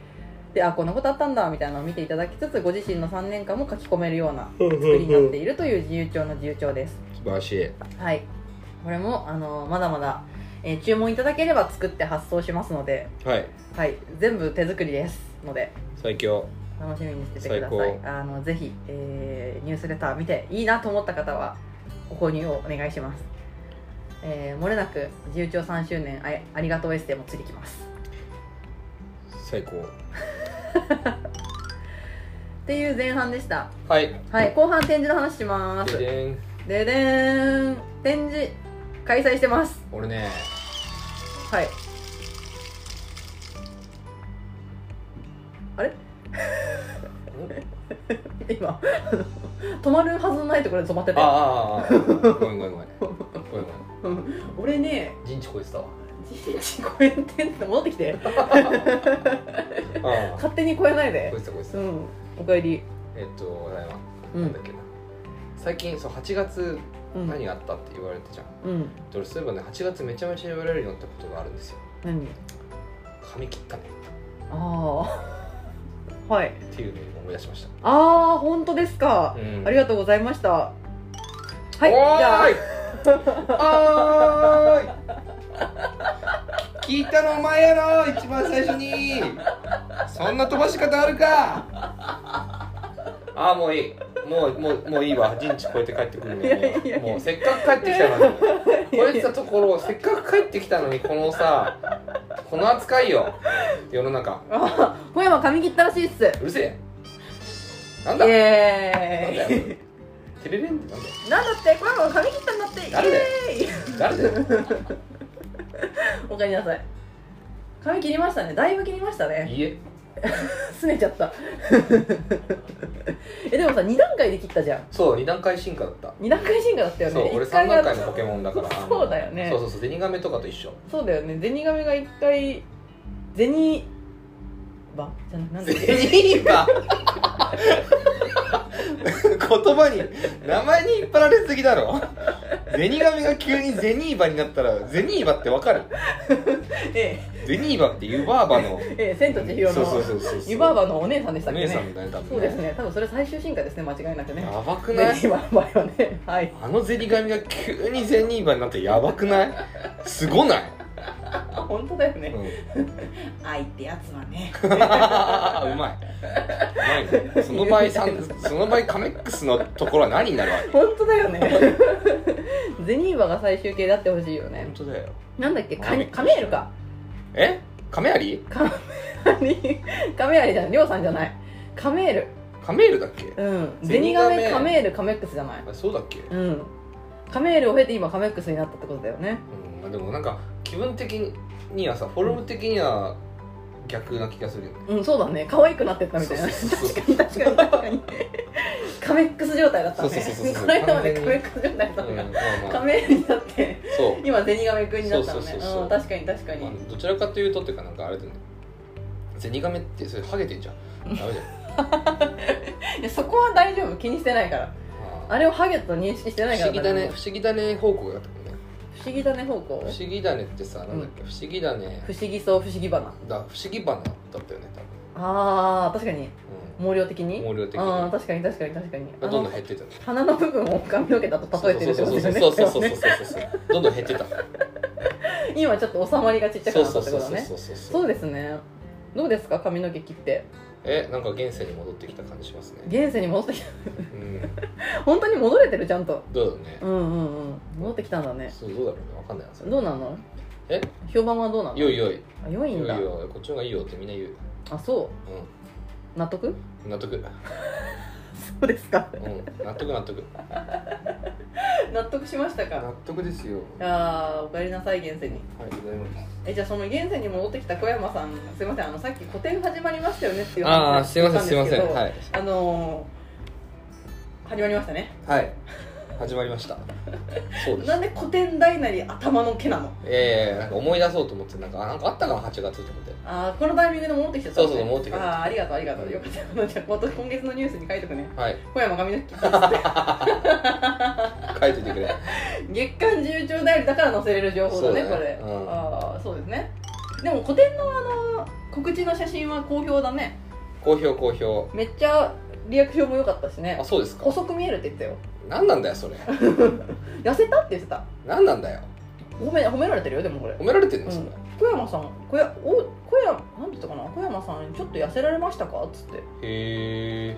Speaker 1: であこんなことあったんだみたいなのを見ていただきつつご自身の3年間も書き込めるような
Speaker 2: うん
Speaker 1: 作りになっているという自由帳の自由帳です
Speaker 2: 素晴らしい
Speaker 1: はいこれもあのまだまだ、えー注文いただければ作って発送しますので、
Speaker 2: はい
Speaker 1: はい、全部手作りですので
Speaker 2: 最強
Speaker 1: 楽しみにしててください
Speaker 2: 最
Speaker 1: あのぜひ、えーニュースレター見ていいなと思った方はご購入をお願いしますえー、漏れなく自由帳3周年あありがとうエステもついてきます
Speaker 2: 最高
Speaker 1: っていう前半でした
Speaker 2: はい
Speaker 1: はい後半展示の話します
Speaker 2: ででん
Speaker 1: ででーん展示開催してます
Speaker 2: 俺ね
Speaker 1: はいあれ今 あの止まるはずのないところで止まって
Speaker 2: あ
Speaker 1: たよ
Speaker 2: ああああごめんごめんごめんごめんごめん
Speaker 1: 俺ね
Speaker 2: 陣地超えてたわ
Speaker 1: 人知超えてんの戻ってきて
Speaker 2: ああ
Speaker 1: 勝手に超えないで
Speaker 2: 超えてた超えて
Speaker 1: う
Speaker 2: た
Speaker 1: んおかえり
Speaker 2: えっとあれは
Speaker 1: うん
Speaker 2: なんだっけな最近そう8月
Speaker 1: うん
Speaker 2: 何があったって言われてじゃん
Speaker 1: うん
Speaker 2: で俺そういえばね8月めちゃめちゃ言われるようになったことがあるんですよ
Speaker 1: 何
Speaker 2: 髪切ったね
Speaker 1: ああ はい
Speaker 2: っていうのを今思い出しまし
Speaker 1: ああ本当です
Speaker 2: た、
Speaker 1: か、
Speaker 2: うん
Speaker 1: ありがとうございましたはいじ
Speaker 2: おー
Speaker 1: ゃあ
Speaker 2: いあーい聞いたのお前やろ一番最初にそんな飛ばし方あるかあーもういいもうもうもういいわ陣地超えて帰ってくるの
Speaker 1: いやいやいや
Speaker 2: にもうせっかく帰ってきたのにこいつのところせっかく帰ってきたのにこのさこの扱いよ世の中
Speaker 1: あ ー小山髪切ったらしいっす
Speaker 2: うるせえなん
Speaker 1: イ
Speaker 2: だなん
Speaker 1: エ
Speaker 2: だ
Speaker 1: ー
Speaker 2: よテレレンってなんだよ
Speaker 1: イなんだって小山が髪切ったんだって
Speaker 2: 誰だよ
Speaker 1: イエーイ
Speaker 2: 誰だよ
Speaker 1: おかえりなさい髪切りましたねだいぶ切りましたね
Speaker 2: 家
Speaker 1: 拗ねちゃった えでもさ2段階で切ったじゃん
Speaker 2: そう2段階進化だった
Speaker 1: 2段階進化だったよね
Speaker 2: そう俺
Speaker 1: 一回
Speaker 2: 3
Speaker 1: が
Speaker 2: 段階のポケモンだから
Speaker 1: そうだよね
Speaker 2: あのそうそうそうゼニガメとかと一緒
Speaker 1: そうだよね銭亀が一回銭バじゃななんだっけ
Speaker 2: ニバ言葉に名前に引っ張られすぎだろゼニガメが急にゼニーバになったらゼニーバってわかる
Speaker 1: え
Speaker 2: ゼニーバって湯婆婆の
Speaker 1: えええ千と千尋
Speaker 2: そうそう
Speaker 1: の
Speaker 2: そうそう
Speaker 1: 湯婆婆のお姉さんでした
Speaker 2: お
Speaker 1: っけ
Speaker 2: 姉さん
Speaker 1: ね
Speaker 2: だね多分ね
Speaker 1: そうですね多分それ最終進化ですね間違いなくね
Speaker 2: やばくない
Speaker 1: 銭ババはねはい
Speaker 2: あのゼニガメが急にゼニーバになったらやばくないすごない、
Speaker 1: あ本当だよね
Speaker 2: うんう
Speaker 1: 愛ってやつはね
Speaker 2: まい。うまいね。その場合さん、その場合カメックスのところは何になるわけ
Speaker 1: 本当だよね ゼニーバが最終形であってほしいよね
Speaker 2: 本当だよ
Speaker 1: なんだっけカニカメール か
Speaker 2: えカメアリ
Speaker 1: カニカメアリじゃないりょうさんじゃないカメール
Speaker 2: カメールだっけ
Speaker 1: うんゼ
Speaker 2: ゼ
Speaker 1: ニ
Speaker 2: ニ
Speaker 1: ガ
Speaker 2: ガメ
Speaker 1: メカメールカメックスじゃない
Speaker 2: あそうだっけう
Speaker 1: うんカメールを経て今カメックスになったってことだよね
Speaker 2: んまあでもなんか気分的にはさフォルム的には逆な気がするよね
Speaker 1: うんそうだね可愛くなってったみたいな
Speaker 2: そうそうそ
Speaker 1: 確
Speaker 2: う
Speaker 1: かに確かに確かにカメックス状態だったね
Speaker 2: そうそうそうそう
Speaker 1: この間までカメックス状態だった
Speaker 2: うん
Speaker 1: の
Speaker 2: ま
Speaker 1: が、
Speaker 2: あ
Speaker 1: カ
Speaker 2: まあ
Speaker 1: メールになって
Speaker 2: そう
Speaker 1: 今ゼニガメ君になったの
Speaker 2: そ
Speaker 1: ね
Speaker 2: うそうそうそう
Speaker 1: うん確かに確かに、
Speaker 2: まあどちらかというとっていうかなんかあれだよねゼニガメってそれハゲてんじゃんダメじゃん
Speaker 1: いやそこは大丈夫気にしてないから あ
Speaker 2: あ
Speaker 1: れをハゲと認識してない
Speaker 2: 不
Speaker 1: から
Speaker 2: 思議だね
Speaker 1: 誰も
Speaker 2: 不思議だね方向だったもんね
Speaker 1: 不思議だね方向
Speaker 2: 不思議だねってさなんだっけ不思議だね
Speaker 1: 不思議そう不思議花
Speaker 2: だ不思議花だったよね多分
Speaker 1: あー確かに
Speaker 2: う
Speaker 1: 毛量的に
Speaker 2: 毛量的に
Speaker 1: ああ確かに確かに確かに
Speaker 2: どんどん減ってたね
Speaker 1: 鼻の部分を髪の毛だと例えてるってことですよね
Speaker 2: そうそうそうそうそう
Speaker 1: ね
Speaker 2: そうそうどんどん減ってた
Speaker 1: 今ちょっと収まりがちっちゃく
Speaker 2: そう
Speaker 1: なっ
Speaker 2: そ
Speaker 1: た
Speaker 2: う
Speaker 1: ってこと
Speaker 2: そうそう
Speaker 1: ね
Speaker 2: そうそう
Speaker 1: そうですねどうですか髪の毛切って
Speaker 2: えなんか現世に戻ってきた感じします ね
Speaker 1: 現世に戻ってき
Speaker 2: うん
Speaker 1: た本当に戻れてるちゃんと
Speaker 2: どうだろうね
Speaker 1: うんうんうん戻ってきたんだね
Speaker 2: そうどうだろうねわかんないなそれ
Speaker 1: どうなの
Speaker 2: え
Speaker 1: 評判はどうなの
Speaker 2: よいよい
Speaker 1: あ良い
Speaker 2: よ
Speaker 1: ん
Speaker 2: い
Speaker 1: だ
Speaker 2: よこっちの方がいいよってみんな言う
Speaker 1: あそう納得
Speaker 2: うん納得うん
Speaker 1: そうですか
Speaker 2: 納得納得
Speaker 1: 納得しましたか
Speaker 2: 得ですよ
Speaker 1: ああおかえりなさい現世に
Speaker 2: ありがとうございます
Speaker 1: えじゃあその現世に戻ってきた小山さんすいませんあのさっき個展始まりましたよねっていう
Speaker 2: ああ
Speaker 1: 話
Speaker 2: すいません
Speaker 1: をし
Speaker 2: すい
Speaker 1: た
Speaker 2: ま
Speaker 1: です
Speaker 2: せ
Speaker 1: けど
Speaker 2: んはい
Speaker 1: あのー始まりましたね
Speaker 2: はい始まりま したそうです
Speaker 1: なんで古典大なり頭の毛なの
Speaker 2: ええなんか思い出そうと思ってなんかあなんかあったかな8月と思って
Speaker 1: ああこのタイミングで戻ってきちゃった
Speaker 2: そうそう戻ってきた
Speaker 1: ああありがとうありがとうよかった じゃあ今年今月のニュースに書いとくね
Speaker 2: はい
Speaker 1: 小山髪の毛切ったっつっ
Speaker 2: 書いといてくれ
Speaker 1: て月刊自由帳代理だから載せれる情報だね
Speaker 2: そう
Speaker 1: こ
Speaker 2: だね
Speaker 1: れ、
Speaker 2: うん
Speaker 1: ああそうですねでも古典のあの告知の写真は好評だね
Speaker 2: 好評好評
Speaker 1: めっちゃリアクションも良かったしね
Speaker 2: あそうですか
Speaker 1: 細く見えるって言ってたよ
Speaker 2: 何なんだよそれ
Speaker 1: 痩せたって言ってた
Speaker 2: 何なんだよ
Speaker 1: 褒め褒められてるよでもこれ
Speaker 2: 褒められてるの
Speaker 1: うん
Speaker 2: それ、
Speaker 1: 小山さん小やお小山なんて言ったかな小山さんちょっと痩せられましたかっつって
Speaker 2: へ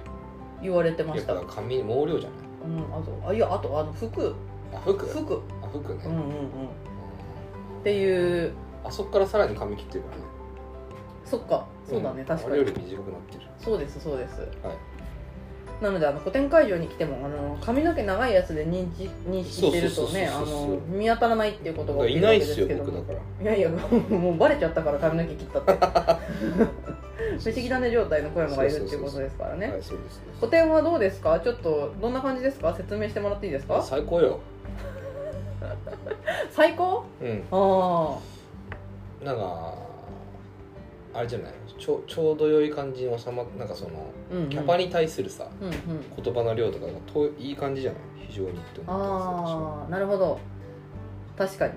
Speaker 1: 言われてま
Speaker 2: えや
Speaker 1: し
Speaker 2: ったぱ
Speaker 1: うん
Speaker 2: 髪毛量じゃ
Speaker 1: あとあいやあとあの服
Speaker 2: ないあ服
Speaker 1: 服
Speaker 2: あ服ね、
Speaker 1: うんう
Speaker 2: うん
Speaker 1: んうんっていう
Speaker 2: あそこからさらに髪切ってるからね
Speaker 1: そっかそうだね、
Speaker 2: ん
Speaker 1: 確か
Speaker 2: あれよ
Speaker 1: に
Speaker 2: り短くなってる
Speaker 1: そうですそうです
Speaker 2: はい
Speaker 1: なのであの古典会場に来てもあの髪の毛長いやつで認知認識してるとねあ
Speaker 2: そうそうそうそうそう
Speaker 1: の見当たらないっていうことが起き
Speaker 2: い
Speaker 1: るわ
Speaker 2: ない
Speaker 1: け
Speaker 2: っ
Speaker 1: ですす
Speaker 2: よ
Speaker 1: けど
Speaker 2: 僕だ
Speaker 1: も
Speaker 2: から
Speaker 1: いやいやもう もうバレちゃったから髪の毛切ったって不思議だね状態の小山がいるっていうことですからね
Speaker 2: はいそうですね
Speaker 1: 古典はどうですかちょっとどんな感じですか説明してもらっていいですか
Speaker 2: 最高よ
Speaker 1: 最高
Speaker 2: うん
Speaker 1: あ
Speaker 2: なんかあれじゃないちょちょうど良い感じに収まっなんかその
Speaker 1: あ、うんうん、
Speaker 2: キャパに対するさ、
Speaker 1: うんうん
Speaker 2: 言葉の量とかがといい感じじゃない非常にって思っ
Speaker 1: ああなるほど確かに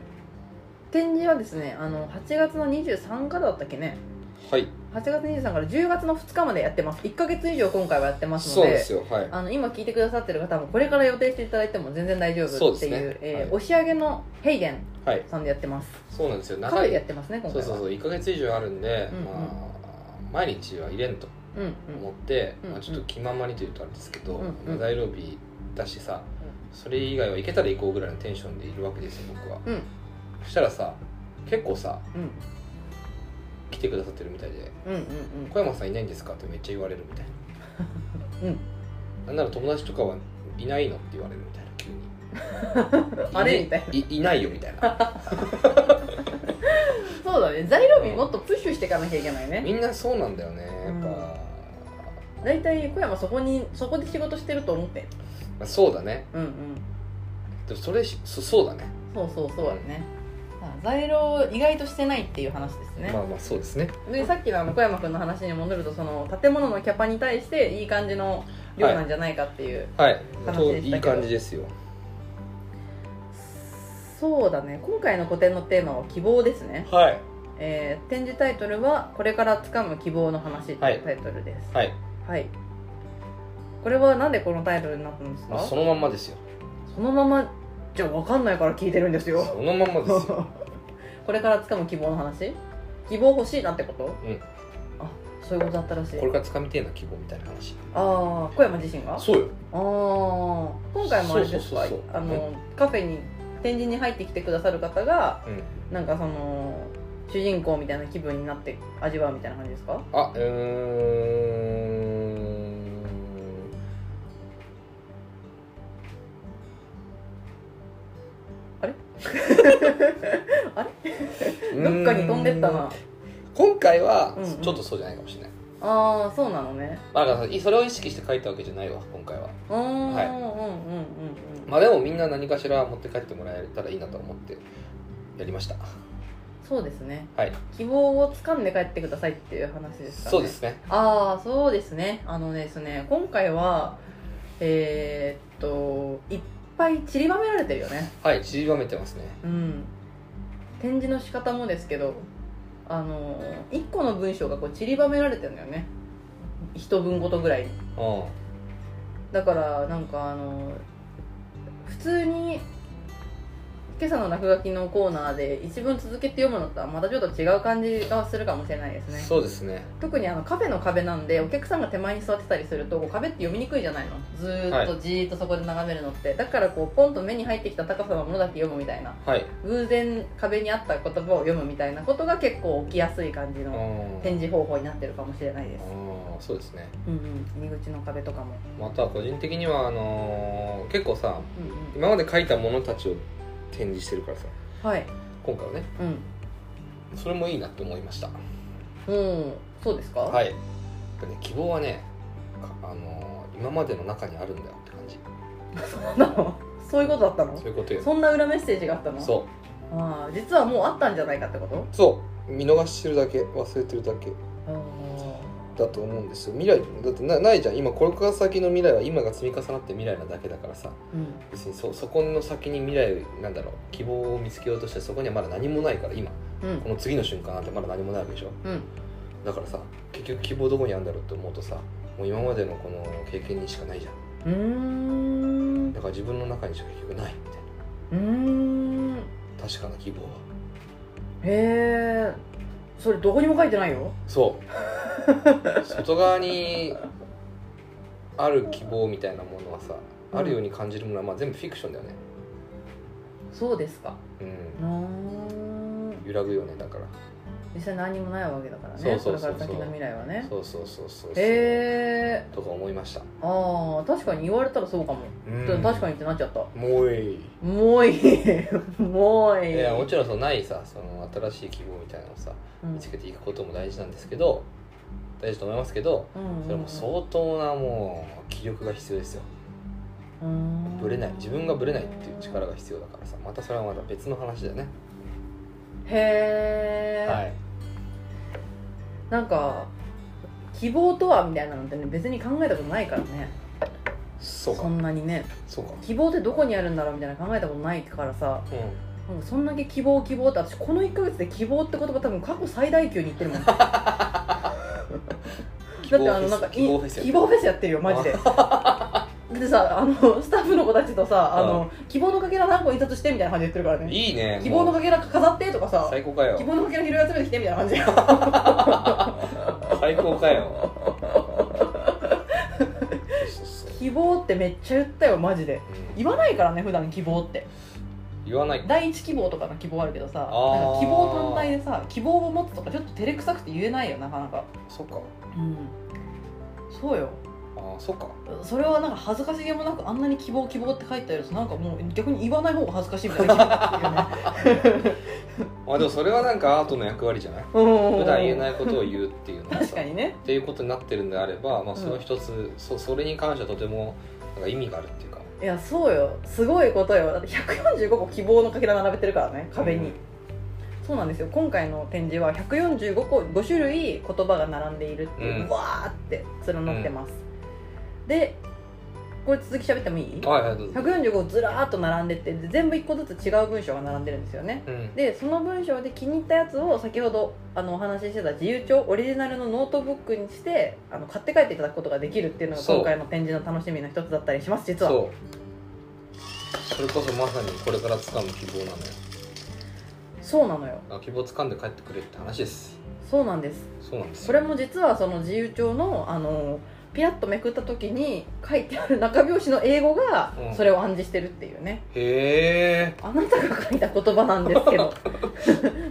Speaker 1: 展示はですねあの8月の23からだったっけね
Speaker 2: たんですよはい
Speaker 1: 8月23から10月の2日までやってます1か月以上今回はやってますの
Speaker 2: そう
Speaker 1: で
Speaker 2: ですよはい
Speaker 1: あの今聞いてくださってる方もこれから予定していただいても全然大丈
Speaker 2: そ
Speaker 1: 夫
Speaker 2: う
Speaker 1: って
Speaker 2: です
Speaker 1: いう
Speaker 2: ね
Speaker 1: えー
Speaker 2: はい
Speaker 1: 押し上げのヘイデン
Speaker 2: はい
Speaker 1: さんでやってます
Speaker 2: そうなんですよ
Speaker 1: カフェ
Speaker 2: 長
Speaker 1: でやっ
Speaker 2: い
Speaker 1: てますね今回
Speaker 2: そう
Speaker 1: は
Speaker 2: そうそう1か月以上あるんで、
Speaker 1: うんうん
Speaker 2: まあ毎日は入れんと
Speaker 1: うんうん
Speaker 2: 思って、
Speaker 1: うん
Speaker 2: まあ、ちょっと気ままにというとあれですけど、
Speaker 1: うんうん
Speaker 2: まあ材料日だしさ、それ以外は行けたら行こうぐらいのテンションでいるわけですよ僕は、
Speaker 1: うん
Speaker 2: そしたらさ結構さ
Speaker 1: うん
Speaker 2: 来てくださってるみたいで
Speaker 1: うんうん
Speaker 2: 「小山さんいないんですか?」ってめっちゃ言われるみたい な
Speaker 1: うん
Speaker 2: なんなら友達とかはいないのって言われるみ たいな急に
Speaker 1: うんあれみたいない
Speaker 2: いないよみたい な
Speaker 1: そうだね材料日もっとプッシュしていかなきゃいけないね
Speaker 2: みんなそうなんだよねやっぱ、
Speaker 1: うん大体小山そこにそこで仕事してると思って
Speaker 2: まあそうだね
Speaker 1: うんうん
Speaker 2: でもそれしそそうだね
Speaker 1: そうそうそうだね、まあ材料意外としてないっていう話ですね、
Speaker 2: まあまあそうですね
Speaker 1: でさっきのあの小山君の話に戻るとその建物のキャパに対していい感じの量なんじゃないかっていう、
Speaker 2: はい
Speaker 1: 話でした
Speaker 2: と
Speaker 1: けど
Speaker 2: いい感じですよ
Speaker 1: そうだね今回の個展のテーマは希望ですね、
Speaker 2: はい
Speaker 1: えー展示タイトルは「これからつかむ希望の話」っていうタイトルです
Speaker 2: はい、
Speaker 1: はい、これはなんでこのタイトルになったんですか
Speaker 2: まあ、そのまんまですよ
Speaker 1: そのままじゃ分かんないから聞いてるんですよ
Speaker 2: そのまんまですよ
Speaker 1: これから掴む希望の話希望欲しいなってこと
Speaker 2: うん
Speaker 1: あそういうことだったらしい
Speaker 2: これから掴みてえな希望みたいな話
Speaker 1: ああ小山自身があ
Speaker 2: そうよ
Speaker 1: あー今回もあれですか
Speaker 2: そうそうそうそう
Speaker 1: あの、カフェに展示に入ってきてくださる方が
Speaker 2: うん
Speaker 1: なんかその主人公みたいな気分になって味わうみたいな感じですか
Speaker 2: あうーん
Speaker 1: どっかに飛んでったな
Speaker 2: 今回は
Speaker 1: うんうん
Speaker 2: ちょっとそうじゃないかもしれない、
Speaker 1: ああそうなのね
Speaker 2: まあだからそれを意識して書いたわけじゃないわ今回は
Speaker 1: うーん、
Speaker 2: はい
Speaker 1: うんうんうんうん、
Speaker 2: まあでもみんな何かしら持って帰ってもらえたらいいなと思ってやりました
Speaker 1: そうですね
Speaker 2: はい
Speaker 1: 希望を掴んで帰ってくださいっていう話ですかね
Speaker 2: そうですね
Speaker 1: ああそうですねあのですね今回はえーっといっぱい散りばめられてるよね
Speaker 2: はい散りばめてますね
Speaker 1: うん展示の仕方もですけどあの1個の文章がこう散りばめられてるんだよね一文ごとぐらい
Speaker 2: うん
Speaker 1: だからなんかあの普通に今朝の落書きのコーナーで一文続けて読むのとはまたちょっと違う感じがするかもしれないですね
Speaker 2: そうですね
Speaker 1: 特にあのカフェの壁なんでお客さんが手前に座ってたりするとこう壁って読みにくいじゃないのずーっとじーっとそこで眺めるのって、だからこうポンと目に入ってきた高さのものだけ読むみたいな
Speaker 2: はい、
Speaker 1: 偶然壁にあった言葉を読むみたいなことが結構起きやすい感じ
Speaker 2: う
Speaker 1: の
Speaker 2: ん、
Speaker 1: 展示方法になってるかもしれないです、
Speaker 2: うんそうですね
Speaker 1: うんうん、入り口の壁とかも、
Speaker 2: また個人的にはあのー結構さ
Speaker 1: うんうん、
Speaker 2: 今まで書いたものたちを展示してるからさ
Speaker 1: はい、
Speaker 2: 今回はね
Speaker 1: うん、
Speaker 2: それもいいなって思いました
Speaker 1: うん、そうですか、
Speaker 2: はいやっぱね希望はねかあのー今までの中にあるんだよって感じ
Speaker 1: なの そういうことだったの
Speaker 2: そういうことよ
Speaker 1: そんな裏メッセージがあったの
Speaker 2: そう
Speaker 1: ああ実はもうあったんじゃないかってこと
Speaker 2: そう見逃してるだけ忘れてるだけ
Speaker 1: あ
Speaker 2: だと思うんですよ未来だってなないじゃん今これから先の未来は今が積み重なって未来なだけだからさ
Speaker 1: うん
Speaker 2: 別にそそこの先に未来なんだろう希望を見つけようとしてそこにはまだ何もないから今
Speaker 1: うん
Speaker 2: この次の瞬間なんてまだ何もないわけでしょ
Speaker 1: うん
Speaker 2: だからさ結局希望どこにあるんだろうって思うとさもう今までのこの経験にしかないじゃん
Speaker 1: うーん
Speaker 2: だから自分の中にしか結局ないみたいう
Speaker 1: ーんへ
Speaker 2: な確かな希望は
Speaker 1: えそれどこにも書いてないよ
Speaker 2: そう外側にある希望みたいなものはさあるように感じるものはまあ全部フィクションだよね
Speaker 1: そうですか
Speaker 2: う
Speaker 1: う
Speaker 2: ん
Speaker 1: ん
Speaker 2: 揺らぐよねだから
Speaker 1: 実際何にもないわけだからね
Speaker 2: そうそうそうそう
Speaker 1: これから先の未来はね
Speaker 2: そうそうそうそうそう
Speaker 1: へえ
Speaker 2: とか思いました
Speaker 1: ああ確かに言われたらそうかも、
Speaker 2: うん
Speaker 1: 確かにってなっちゃった
Speaker 2: もういい
Speaker 1: もういい もうい
Speaker 2: い
Speaker 1: い
Speaker 2: やもちろんそのないさその新しい希望みたいなのをさ見つけていくことも大事なんですけど大事と思いますけど
Speaker 1: うん、
Speaker 2: それも相当なもう気力が必要ですよ
Speaker 1: うん
Speaker 2: ぶれない自分がぶれないっていう力が必要だからさまたそれはまた別の話だよね
Speaker 1: へえ、
Speaker 2: はい
Speaker 1: なんか希望とはみたいなのってね別に考えたことないからね
Speaker 2: そ
Speaker 1: そう
Speaker 2: か
Speaker 1: んなにね
Speaker 2: そうか
Speaker 1: 希望ってどこにあるんだろうみたいな考えたことないからさ
Speaker 2: うん
Speaker 1: なんかそんだけ希望希望って私この1ヶ月で希望って言葉多分過去最大級に言って るもんだってあのなんかい
Speaker 2: 希望フェス
Speaker 1: 希望フェスやってるよマジで でさあのスタッフの子たちとさあの希望のかけら何個印刷してみたいな感じで言ってるからね
Speaker 2: いいね
Speaker 1: 希望の
Speaker 2: も
Speaker 1: かけら飾ってとか
Speaker 2: う
Speaker 1: さ
Speaker 2: 最高か
Speaker 1: 希
Speaker 2: よ
Speaker 1: 望のかけら拾い集めてきてみたいな感じで
Speaker 2: 最高かよそうそうそう
Speaker 1: 希望ってめっちゃ言ったよマジで
Speaker 2: うん
Speaker 1: 言わないからね普段希望って
Speaker 2: 言わない
Speaker 1: 第一希望とかの希望あるけどさなんか
Speaker 2: あー
Speaker 1: 希望単体でさ希望を持つとかちょっと照れくさくて言えないよなかなか
Speaker 2: そっか
Speaker 1: うんそうよ
Speaker 2: ああそっか
Speaker 1: それはなんか恥ずかしげもなくあんなに希望希望って書いてあるとなんかもう逆に言わない方が恥ずかしいみたいな
Speaker 2: あでもそれはなんかアートの役割じゃない 普
Speaker 1: 普
Speaker 2: 段言えないいことを言うっていうの は
Speaker 1: 確
Speaker 2: さ
Speaker 1: か
Speaker 2: っ
Speaker 1: にね
Speaker 2: ていうことになってるんであれば、まあ、
Speaker 1: うん
Speaker 2: その一つ、そそれに関してはとてもなんか意味があるっていうか
Speaker 1: いやそうよすごいことよだって145個希望のかけら並べてるからね壁に、そうなんですよ今回の展示は145個5種類言葉が並んでいるっていう、
Speaker 2: うん
Speaker 1: わーって連ってます、でこれ続き喋ってもいい
Speaker 2: うんはいはいどうぞ
Speaker 1: 145ずらーっと並んでってで全部1個ずつ違う文章が並んでるんですよね
Speaker 2: うん
Speaker 1: でその文章で気に入ったやつを先ほどあのお話ししてた自由帳オリジナルのノートブックにしてあの買って帰っていただくことができるっていうのが
Speaker 2: そう
Speaker 1: 今回の展示の楽しみの一つだったりします実は
Speaker 2: そうそれこそまさにこれから掴む希望なのよ
Speaker 1: そうなのよ
Speaker 2: あ希望掴んで帰ってくれって話です
Speaker 1: そうなんです
Speaker 2: そうなんです
Speaker 1: そ
Speaker 2: よ
Speaker 1: れも実はその自由帳のあのピラッとめくった時に書いてある中拍子の英語が
Speaker 2: うん
Speaker 1: それを暗示してるっていうね、
Speaker 2: へえ
Speaker 1: あなたが書いた言葉なんです けど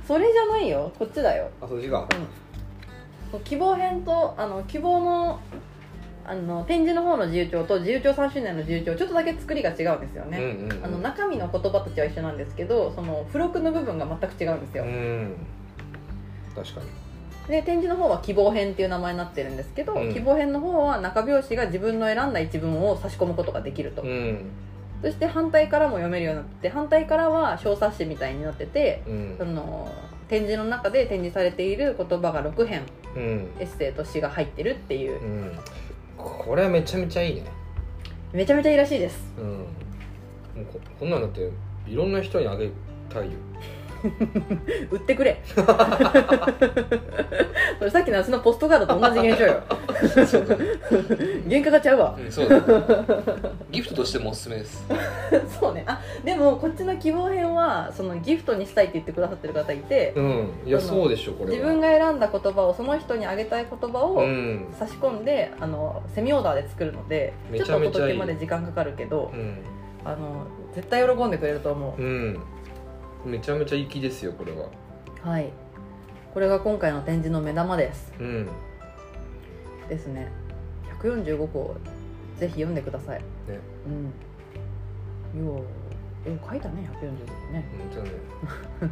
Speaker 1: それじゃないよこっちだよ
Speaker 2: あそっちが
Speaker 1: 希望編とあの希望のあの展示の方の自由帳と自由帳3周年の自由帳ちょっとだけ作りが違うんですよ
Speaker 2: うん
Speaker 1: ね、
Speaker 2: うんうん
Speaker 1: あの中身の言葉たちは一緒なんですけどその付録の部分が全く違うんです
Speaker 2: う
Speaker 1: よ、
Speaker 2: ん確かに
Speaker 1: で展示の方は希望編っていう名前になってるんですけど、
Speaker 2: うん
Speaker 1: 希望編の方は中拍子が自分の選んだ一文を差し込むことができると、
Speaker 2: うん
Speaker 1: そして反対からも読めるようになって反対からは小冊子みたいになってて
Speaker 2: うん
Speaker 1: その展示の中で展示されている言葉が6編
Speaker 2: うん
Speaker 1: エッセイと詩が入ってるっていう
Speaker 2: うんこれはめちゃめちゃいいね
Speaker 1: めちゃめちゃいいらしいです
Speaker 2: うんもうここんなんだっていろんな人にあげたいよ
Speaker 1: 売ってく れそれさっきの私のポストカードと同じ現象よ
Speaker 2: そうだね
Speaker 1: 原価がちゃうわ
Speaker 2: うんそうだねギフトとしてもおすすめです
Speaker 1: そうねあでもこっちの希望編はそのギフトにしたいって言ってくださってる方いて、
Speaker 2: うんいや
Speaker 1: その
Speaker 2: そうでしょこれは
Speaker 1: 自分が選んだ言葉をその人にあげたい言葉
Speaker 2: う
Speaker 1: を
Speaker 2: ん
Speaker 1: 差し込んで、あのセミオーダーで作るので
Speaker 2: めち
Speaker 1: ち
Speaker 2: ゃ
Speaker 1: ょっと
Speaker 2: め
Speaker 1: お
Speaker 2: ちゃい
Speaker 1: 届
Speaker 2: い
Speaker 1: けまで時間かかるけど
Speaker 2: うん
Speaker 1: あの絶対喜んでくれると思
Speaker 2: うんめちゃめちゃ粋ですよこれは
Speaker 1: うはいこれが今回の展示の目玉です
Speaker 2: うん
Speaker 1: ですね145個ぜひ読んでください
Speaker 2: ね
Speaker 1: うんようえ書いたね145個ね
Speaker 2: 本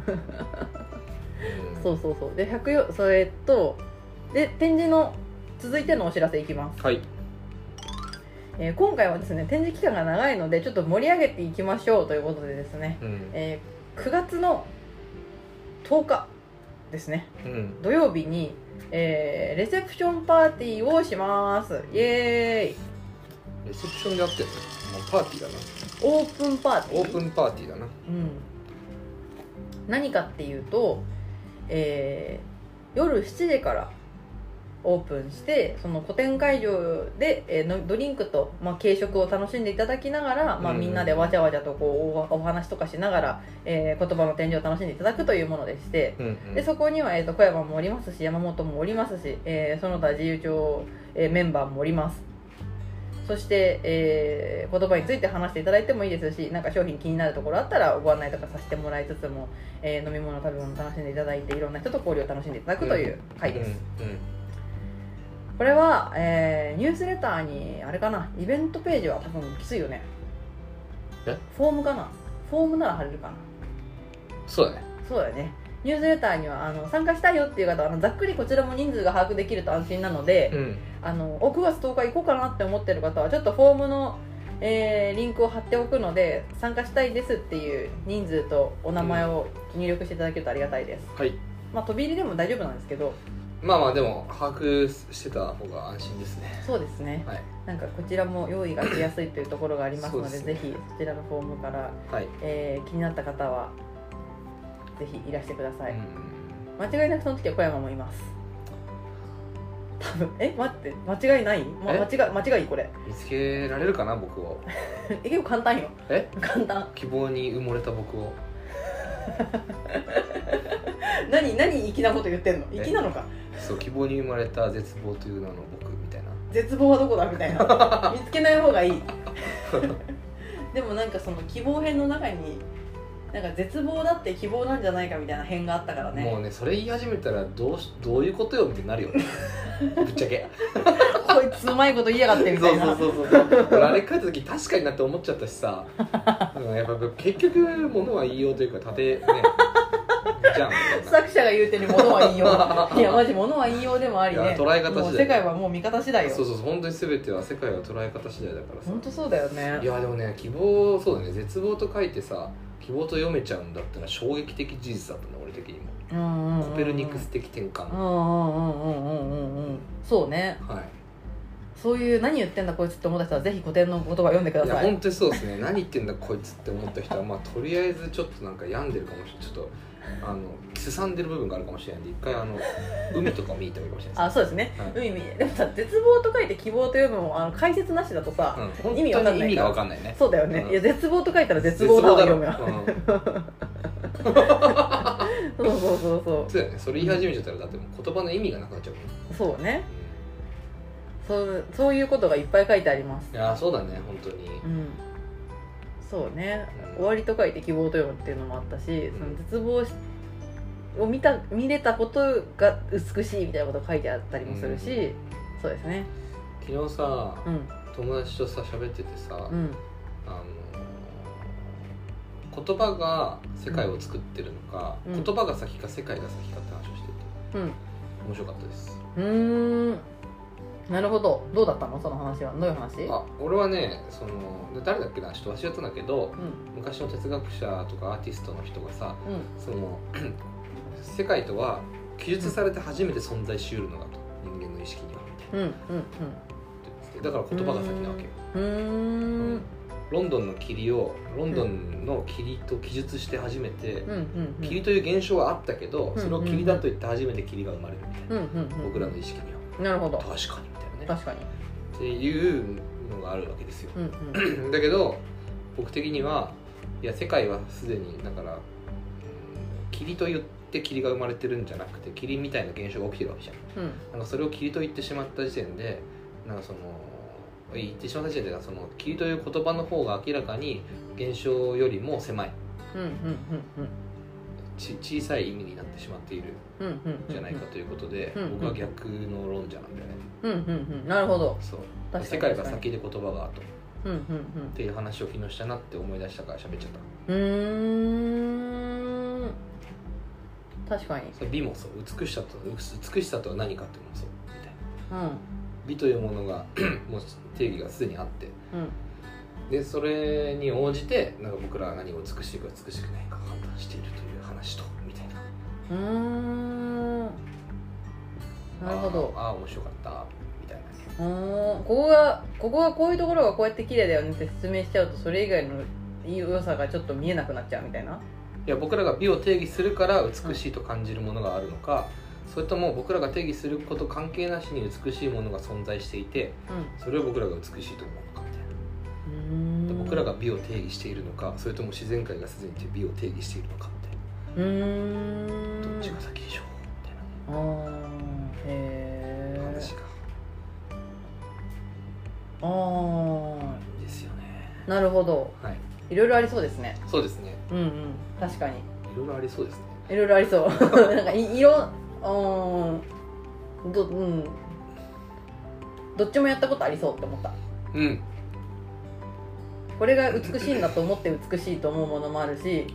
Speaker 2: 当ねうん
Speaker 1: そうそうそうで100よそれとで展示の続いてのお知らせいきます、
Speaker 2: はい
Speaker 1: えー今回はですね展示期間が長いのでちょっと盛り上げていきましょうということでですね、
Speaker 2: うん
Speaker 1: えー9月の10日ですね
Speaker 2: うん
Speaker 1: 土曜日に、えーレセプションパーティーをしますイエーイ
Speaker 2: レセプションであってんのまあパーティーだな
Speaker 1: オープンパーティー
Speaker 2: オープンパーティーだな
Speaker 1: うん、何かっていうと、えー夜7時からオープンしてその個展会場で、えーのドリンクと、まあ、軽食を楽しんでいただきながら、まあ、
Speaker 2: うん
Speaker 1: みんなでわちゃわちゃとこうおお話とかしながら、えー言葉の展示を楽しんでいただくというものでして。
Speaker 2: うんうん
Speaker 1: でそこには、えー、と小山もおりますし山本もおりますし、えーその他自由帳、えーメンバーもおりますそして、えー言葉について話していただいてもいいですしなんか商品気になるところあったらご案内とかさせてもらいつつも、えー飲み物食べ物楽しんでいただいていろんな人と交流を楽しんでいただくという会です、
Speaker 2: うんうん
Speaker 1: これは、えーニュースレターにあれかなイベントページは多分きついよね
Speaker 2: え
Speaker 1: フォームかなフォームなら貼れるかな
Speaker 2: そうだね
Speaker 1: そうだよねニュースレターにはあの参加したいよっていう方はあのざっくりこちらも人数が把握できると安心なので、
Speaker 2: ん
Speaker 1: あのお9月10日行こうかなって思ってる方はちょっとフォームの、えーリンクを貼っておくので参加したいですっていう人数とお名前を入力していただけるとありがたいです、
Speaker 2: はい
Speaker 1: まあ飛び入りでも大丈夫なんですけど
Speaker 2: まあまあでも把握してた方が安心ですね
Speaker 1: そうですね
Speaker 2: はい
Speaker 1: なんかこちらも用意がしやすいというところがありますので
Speaker 2: そうですね
Speaker 1: ぜひそちらのフォームから、
Speaker 2: はい、
Speaker 1: えー気になった方はぜひいらしてください、
Speaker 2: うん
Speaker 1: 間違いなくその時は小山もいます多分え待って間違いない、ま、
Speaker 2: え
Speaker 1: 間違い間違いこれ
Speaker 2: 見つけられるかな僕 を
Speaker 1: え結構簡単よ
Speaker 2: え
Speaker 1: 簡単
Speaker 2: 希望に埋もれた僕を
Speaker 1: 何何粋なこと言ってんの
Speaker 2: え
Speaker 1: 粋なのか
Speaker 2: そう希望に生まれた絶望という名の僕みたいな
Speaker 1: 絶望はどこだみたい な見つけない方がいいでもなんかその希望編の中になんか絶望だって希望なんじゃないかみたいな編があったから
Speaker 2: もう
Speaker 1: ね
Speaker 2: ねそれ言い始めたらどうしどういうことよみたいになるよ ねぶっちゃけ
Speaker 1: こいつうまいこと言いやがってみたいな
Speaker 2: そうそうそうそう俺あれ書いた時確かになって思っちゃったしさうんやっぱ結局物は言いようというか縦ねじゃんみ たいな
Speaker 1: 作者が言うてるものは 言いよういやマジものは言いようでもあり
Speaker 2: い
Speaker 1: ね
Speaker 2: や捉え方次第
Speaker 1: もう世界はもう味方次第よ
Speaker 2: そうそうそう本当に全ては世界は捉え方次第だからさ
Speaker 1: 本当そうだよね
Speaker 2: いやでもね希望そうだね絶望と書いてさ希望と読めちゃうんだってのは衝撃的事実だったね俺的にもコ
Speaker 1: コ
Speaker 2: ペルニクス的転換、
Speaker 1: うんうんうんうんうんうんうんそうね
Speaker 2: はい
Speaker 1: そういう何言ってんだこいつって思った人はぜひ古典の言葉読んでくだ
Speaker 2: いや
Speaker 1: さい
Speaker 2: 本当にそうですね何言ってんだこいつって思った人はまあとりあえずちょっとなんか病んでるかもしれないちょっとあのすさんでる部分があるかもしれないんで一回あの海とかを見に行った方がいいかもしれない
Speaker 1: あそうですね、
Speaker 2: は
Speaker 1: 海海でもさ絶望と書いて希望と読むもあの解説なしだとさ、
Speaker 2: です、うん、
Speaker 1: 意味わかんない
Speaker 2: 本当に意味がわかんないね
Speaker 1: そうだよね、
Speaker 2: うん
Speaker 1: いや絶望と書いたら絶望だわ読むよ
Speaker 2: 絶望だろうん
Speaker 1: そうそうそうそ
Speaker 2: そうだよねそれ言い始めちゃったらだってもう言葉の意味がなくなっちゃうもん、
Speaker 1: うそうねそうそういうことがいっぱい書いてあります
Speaker 2: いやそうだね本当に
Speaker 1: うんそうね
Speaker 2: うん
Speaker 1: 終わりと書いて希望と読むっていうのもあったし
Speaker 2: ん
Speaker 1: その絶望を見た見れたことが美しいみたいなこと書いてあったりもするし、そうですね
Speaker 2: 昨日さ
Speaker 1: うん
Speaker 2: 友達とさ喋っててさ、
Speaker 1: うん
Speaker 2: あの言葉が世界を作ってるのか、
Speaker 1: うん
Speaker 2: 言葉が先か世界が先かって話をしてて
Speaker 1: うん
Speaker 2: 面白かったです
Speaker 1: うーんなるほどどうだったのその話はどういう話
Speaker 2: あ俺はねそので誰だっけなちょっと忘れちゃったんだけど
Speaker 1: うん
Speaker 2: 昔の哲学者とかアーティストの人がさ
Speaker 1: うん
Speaker 2: その世界とは記述されて初めて存在しうるのだと人間の意識にはみたい
Speaker 1: うん
Speaker 2: な
Speaker 1: うん
Speaker 2: って言っててだから言葉が先なわけよ
Speaker 1: うんうーん
Speaker 2: ロンドンの霧をロンドンの霧と記述して初めて、
Speaker 1: うんうんうん
Speaker 2: 霧という現象はあったけど、
Speaker 1: うん
Speaker 2: それを霧だと言って初めて霧が生まれるみたい
Speaker 1: うん
Speaker 2: な、
Speaker 1: うんうん
Speaker 2: 僕らの意識には
Speaker 1: なるほど
Speaker 2: 確かにみたいなね
Speaker 1: 確かに
Speaker 2: っていうのがあるわけですよ
Speaker 1: うんうん
Speaker 2: だけど僕的にはいや世界はすでにだからうん霧と言って霧が生まれてるんじゃなくて霧みたいな現象が起きてるわけじゃん
Speaker 1: うん
Speaker 2: なんかそれを霧と言ってしまった時点でなんかその言ってしまった時点でその霧という言葉の方が明らかに現象よりも狭い
Speaker 1: うんうん
Speaker 2: ち小さい意味になってしまっている
Speaker 1: うんうんうんうんうん
Speaker 2: んじゃないかということで、
Speaker 1: うんうん
Speaker 2: 僕は逆の論者なんだよね、
Speaker 1: うんうんうんなるほど
Speaker 2: そう
Speaker 1: 確か
Speaker 2: 世
Speaker 1: に
Speaker 2: 界
Speaker 1: 確
Speaker 2: が
Speaker 1: かに
Speaker 2: 先で言葉が後っ
Speaker 1: うんうん
Speaker 2: ていう話を昨日したなって思い出したから喋っちゃった
Speaker 1: うんうーん確かに
Speaker 2: それ美もそう美しさと美しさとは何かっていうのもそうみたいな
Speaker 1: うん
Speaker 2: 美というも のがもう定義がすでにあって
Speaker 1: うん
Speaker 2: でそれに応じてなんか僕らは何が美しいか美しくないか判断しているという話とみたいな
Speaker 1: うーんなるほど
Speaker 2: あーあー面白かったみたいなね
Speaker 1: うーんここがここがこういうところがこうやって綺麗だよねって説明しちゃうとそれ以外の良さがちょっと見えなくなっちゃうみたいない
Speaker 2: や僕らが美を定義するから美しいと感じるものがあるのか、それとも僕らが定義すること関係なしに美しいものが存在していて
Speaker 1: う
Speaker 2: それを僕らが美しいと思うのかみたいな
Speaker 1: ー
Speaker 2: で
Speaker 1: ん
Speaker 2: 僕らが美を定義しているのかそれとも自然界がすでに美を定義しているのかみたいな
Speaker 1: うーん
Speaker 2: どっちが先でしょうみたい
Speaker 1: あーへ
Speaker 2: な
Speaker 1: え
Speaker 2: 話が
Speaker 1: あー
Speaker 2: ですよね
Speaker 1: なるほど
Speaker 2: はい
Speaker 1: いろいろありそうですね
Speaker 2: そうですね
Speaker 1: うんうん確かに
Speaker 2: いろいろありそうですね
Speaker 1: いろいろあり そうなんかい色うーんどうんどっちもやったことありそうって思った
Speaker 2: うん
Speaker 1: これが美しいんだと思って美しいと思うものもあるし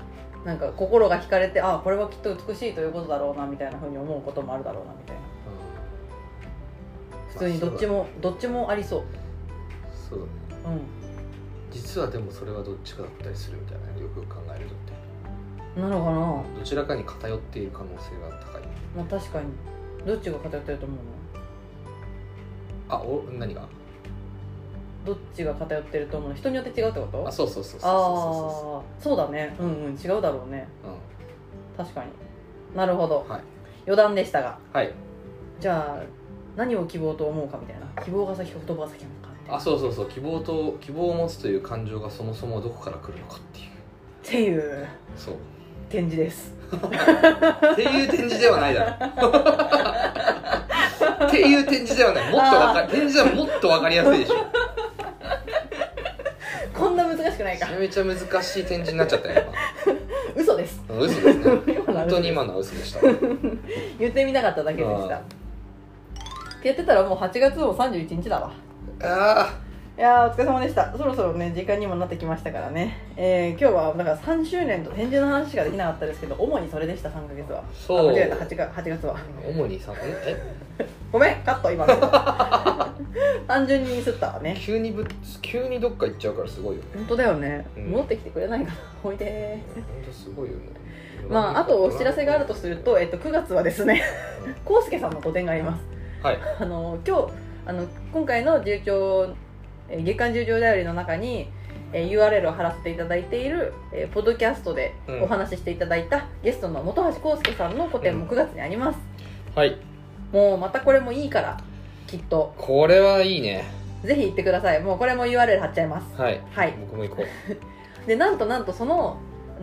Speaker 1: なんか心が惹かれてあこれはきっと美しいということだろうなみたいなふうに思うこともあるだろうなみたいな普通にどっちもどっちもありそう
Speaker 2: そうだね
Speaker 1: う
Speaker 2: 実はでもそれはどっちかだったりするみたいなよく考えるとみたい
Speaker 1: んなのかなま
Speaker 2: などちらかに偏っている可能性が高い
Speaker 1: あ確かにどっちが偏ってると思うの
Speaker 2: あお何が
Speaker 1: どっちが偏ってると思うの人によって違うってこと
Speaker 2: あそうそうそうそう
Speaker 1: あ
Speaker 2: そ
Speaker 1: ーそうだねうんうん違うだろうね
Speaker 2: うそうそう
Speaker 1: 確かになるほど
Speaker 2: うんはい
Speaker 1: 余談でしたが
Speaker 2: はい
Speaker 1: じゃあ何を希望と思うかみたいな希望が先か言葉が先なのかみたいな
Speaker 2: あそうそうそう希望と希望を持つという感情がそもそもどこから来るのかってい
Speaker 1: っ
Speaker 2: う
Speaker 1: ていう
Speaker 2: そう
Speaker 1: 展示です
Speaker 2: っていう展示ではないだろっていう展示ではないもっとわか展示ではもっとわかりやすい でしょ
Speaker 1: こんな難しくな
Speaker 2: め
Speaker 1: い
Speaker 2: ち
Speaker 1: か
Speaker 2: ゃめちゃ難しい展示になっちゃったよ
Speaker 1: 嘘です
Speaker 2: 今嘘ですね
Speaker 1: 今のは嘘
Speaker 2: 本当
Speaker 1: です
Speaker 2: に今のは嘘でした
Speaker 1: 言ってみなかっただけでした
Speaker 2: あ
Speaker 1: ってやってたらもう8月も31日だわ
Speaker 2: あ
Speaker 1: いやーお疲れ様でしたそろそろね時間にもなってきましたからね、えー、今日はだから3周年と展示の話しかできなかったですけど主にそれでした3ヶ月は
Speaker 2: あ
Speaker 1: あ
Speaker 2: そう
Speaker 1: 間違えた 8, か8月は
Speaker 2: 主にさえ
Speaker 1: ごめんカット今の 単純にミスったわ
Speaker 2: え
Speaker 1: ね
Speaker 2: 急にぶっ急にどっか行っちゃうからすごいよね
Speaker 1: 本当だよね、
Speaker 2: うん
Speaker 1: 戻ってきてくれないかな おいで
Speaker 2: 本当すごいよね
Speaker 1: ーまああとお知らせがあるとすると、えっと、9月はですねコウスケさんの個展があります
Speaker 2: はい
Speaker 1: あの今日あの今回の重長えー月刊重長だよりの中に、えー URL を貼らせていただいている、えーポッドキャストで
Speaker 2: うん
Speaker 1: お話ししていただいた、ゲストの本橋康介さんの個展も
Speaker 2: うん
Speaker 1: 9月にあります、
Speaker 2: はい
Speaker 1: もうまたこれもいいからきっと
Speaker 2: これはいいね
Speaker 1: ぜひ行ってくださいもうこれも URL 貼っちゃいます
Speaker 2: はい
Speaker 1: はい
Speaker 2: 僕も行こ
Speaker 1: でなんとなんとその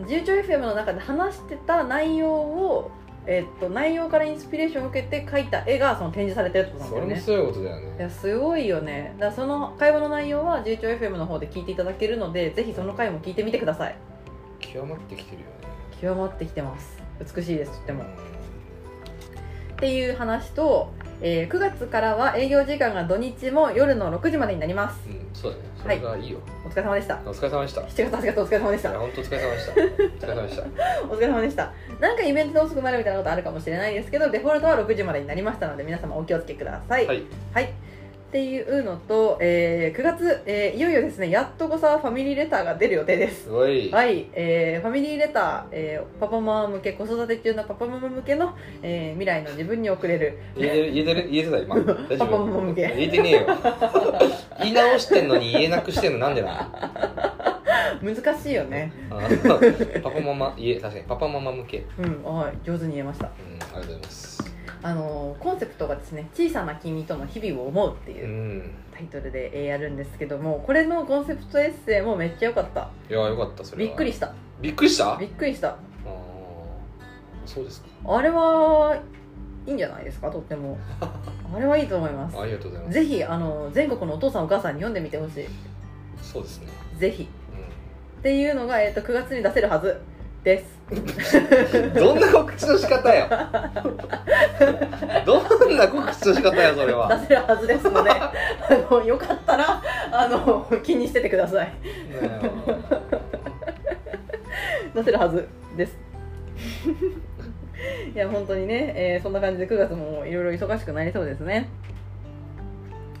Speaker 1: 重長 FM の中で話してた内容をえーっと内容からインスピレーションを受けて描いた絵がその展示されてるってこ
Speaker 2: う
Speaker 1: となん
Speaker 2: そ
Speaker 1: だ
Speaker 2: れ
Speaker 1: よね
Speaker 2: もすごいことだよ
Speaker 1: いや
Speaker 2: ね
Speaker 1: すごいよねだからその会話の内容は「重長 FM」の方で聞いていただけるのでぜひその回も聞いてみてください
Speaker 2: 極まってきてるよね
Speaker 1: 極まってきてます美しいですとって
Speaker 2: で
Speaker 1: もっていう話と、えー9月からは営業時間が土日も夜の6時までになります
Speaker 2: うんそうだねそれがいいよ
Speaker 1: お疲れ様でした
Speaker 2: お疲れ様でしたい
Speaker 1: 7月8月お疲れ様でした
Speaker 2: や本当お疲れ 様でしたお疲れ様でした
Speaker 1: お疲れ様でしたなんかイベントで遅くなるみたいなことあるかもしれないですけどデフォルトは6時までになりましたので皆様お気をつけください
Speaker 2: はい
Speaker 1: はいっていうのと、えー9月、えーいよいよですねやっとこさファミリーレターが出る予定です
Speaker 2: すごい
Speaker 1: はい、えーファミリーレター、えーパパママ向け子育て中のパパママ向けの、えー未来の自分に送れる
Speaker 2: 言えてる言えてる言えて た今大丈
Speaker 1: パパマ
Speaker 2: 夫
Speaker 1: マ向け
Speaker 2: 言えてね えよ言い直してんのに言えなくしてんのなんでな
Speaker 1: 難しいよね
Speaker 2: あーパパママ言え確かにパパママ向けうん
Speaker 1: うんはい上手に言えました
Speaker 2: ありがとうございます
Speaker 1: あのーコンセプトがですね「小さな君との日々を思う」っていううんタイトルでえーやるんですけどもこれのコンセプトエッセイもめっちゃ良かった
Speaker 2: いやよかったそれ
Speaker 1: び
Speaker 2: は
Speaker 1: っくりした
Speaker 2: びっくりしたあ
Speaker 1: びっくりした
Speaker 2: ーそうですか
Speaker 1: あれはいいんじゃないですかとって もあれはいいと思います
Speaker 2: ありがとうございま
Speaker 1: ぜひあの全国のお父さんお母さんに読んでみてほし
Speaker 2: すそうですね
Speaker 1: いぜひっていうのが、えー、と9月に出せるはずです
Speaker 2: うんどんな告知の仕方よどんな告知の仕方よそれは
Speaker 1: 出せるはずです のであのよかったらあの気にしててください
Speaker 2: ね
Speaker 1: 出せるはずです いや本当にね、えーそんな感じで9月もいろいろ忙しくなりそうですね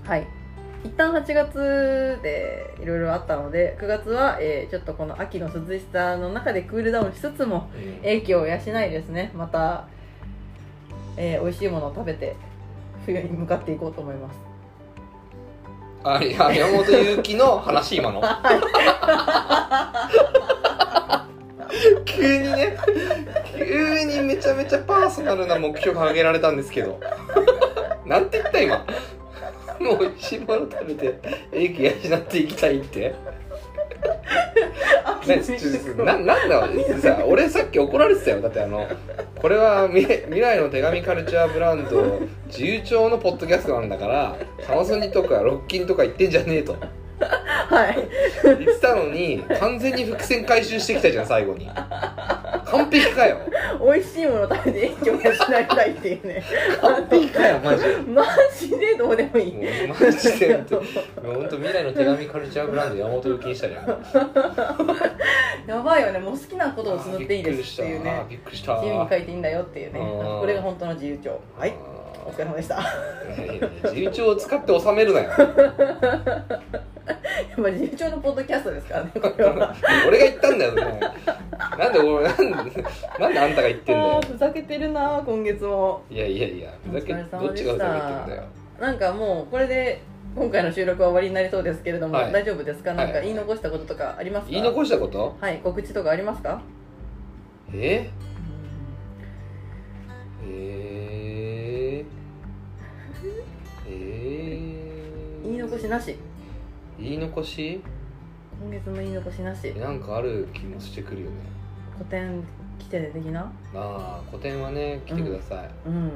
Speaker 1: はい一旦8月でいろいろあったので9月は、えーちょっとこの秋の涼しさの中でクールダウンしつつも
Speaker 2: えうん
Speaker 1: 英気を養いですねまた、えー美味しいものを食べて冬に向かっていこうと思います
Speaker 2: あいや山本ゆうきの話今の急にね急にめちゃめちゃパーソナルな目標が挙げられたんですけどなんて言った今もう美味しいもの食べて英気養っていきたいって
Speaker 1: 秋
Speaker 2: ねちょちょななんだろうさ俺さっき怒られてたよだってあのこれは未未来の手紙カルチャーブランド自由帳のポッドキャストなんだからサマソニとかロッキンとか言ってんじゃねえと
Speaker 1: はい
Speaker 2: 言ってたのに完全に伏線回収してきたじゃん最後に完璧かよ
Speaker 1: 美味しいもの食べて英気を養いたいっていうね
Speaker 2: 完璧かよマジで
Speaker 1: マジでどうでもいい
Speaker 2: もうマジで本当未来の手紙カルチャーブランド山本由紀にしたじゃん
Speaker 1: やばいよねもう好きなことを綴っていいですっていうね
Speaker 2: びっくりした
Speaker 1: 自由に書
Speaker 2: びっくりし
Speaker 1: いていいんだよっていうね
Speaker 2: うん
Speaker 1: これが本当の自由帳
Speaker 2: た
Speaker 1: はい
Speaker 2: あ
Speaker 1: お疲れ様でした や
Speaker 2: ー自由帳を使って収めるなよ
Speaker 1: っぱ自由帳のポッドキャストですからねこれは
Speaker 2: 俺が言ったんだよ、ね、なんで俺なんでなんであんたが言ってんだ
Speaker 1: あ
Speaker 2: よ
Speaker 1: ーふざけてるな今月も
Speaker 2: いやいやいやふざけ
Speaker 1: お疲
Speaker 2: ど
Speaker 1: れ
Speaker 2: っちが
Speaker 1: 様
Speaker 2: ふざ
Speaker 1: で
Speaker 2: け
Speaker 1: してた
Speaker 2: んだよ
Speaker 1: なんかもうこれで今回の収録は終わりになりそうですけれども、
Speaker 2: はい
Speaker 1: 大丈夫ですか
Speaker 2: はい
Speaker 1: なんか言い残したこととかありますか
Speaker 2: 言い残したこと
Speaker 1: はい告知とかありますか
Speaker 2: ええー、えー、
Speaker 1: 言い残しなし
Speaker 2: 言い残し
Speaker 1: 今月の言い残しなし
Speaker 2: なんかある気もしてくるよね
Speaker 1: 古典来てね的な
Speaker 2: まあ個展はね来てください、
Speaker 1: うん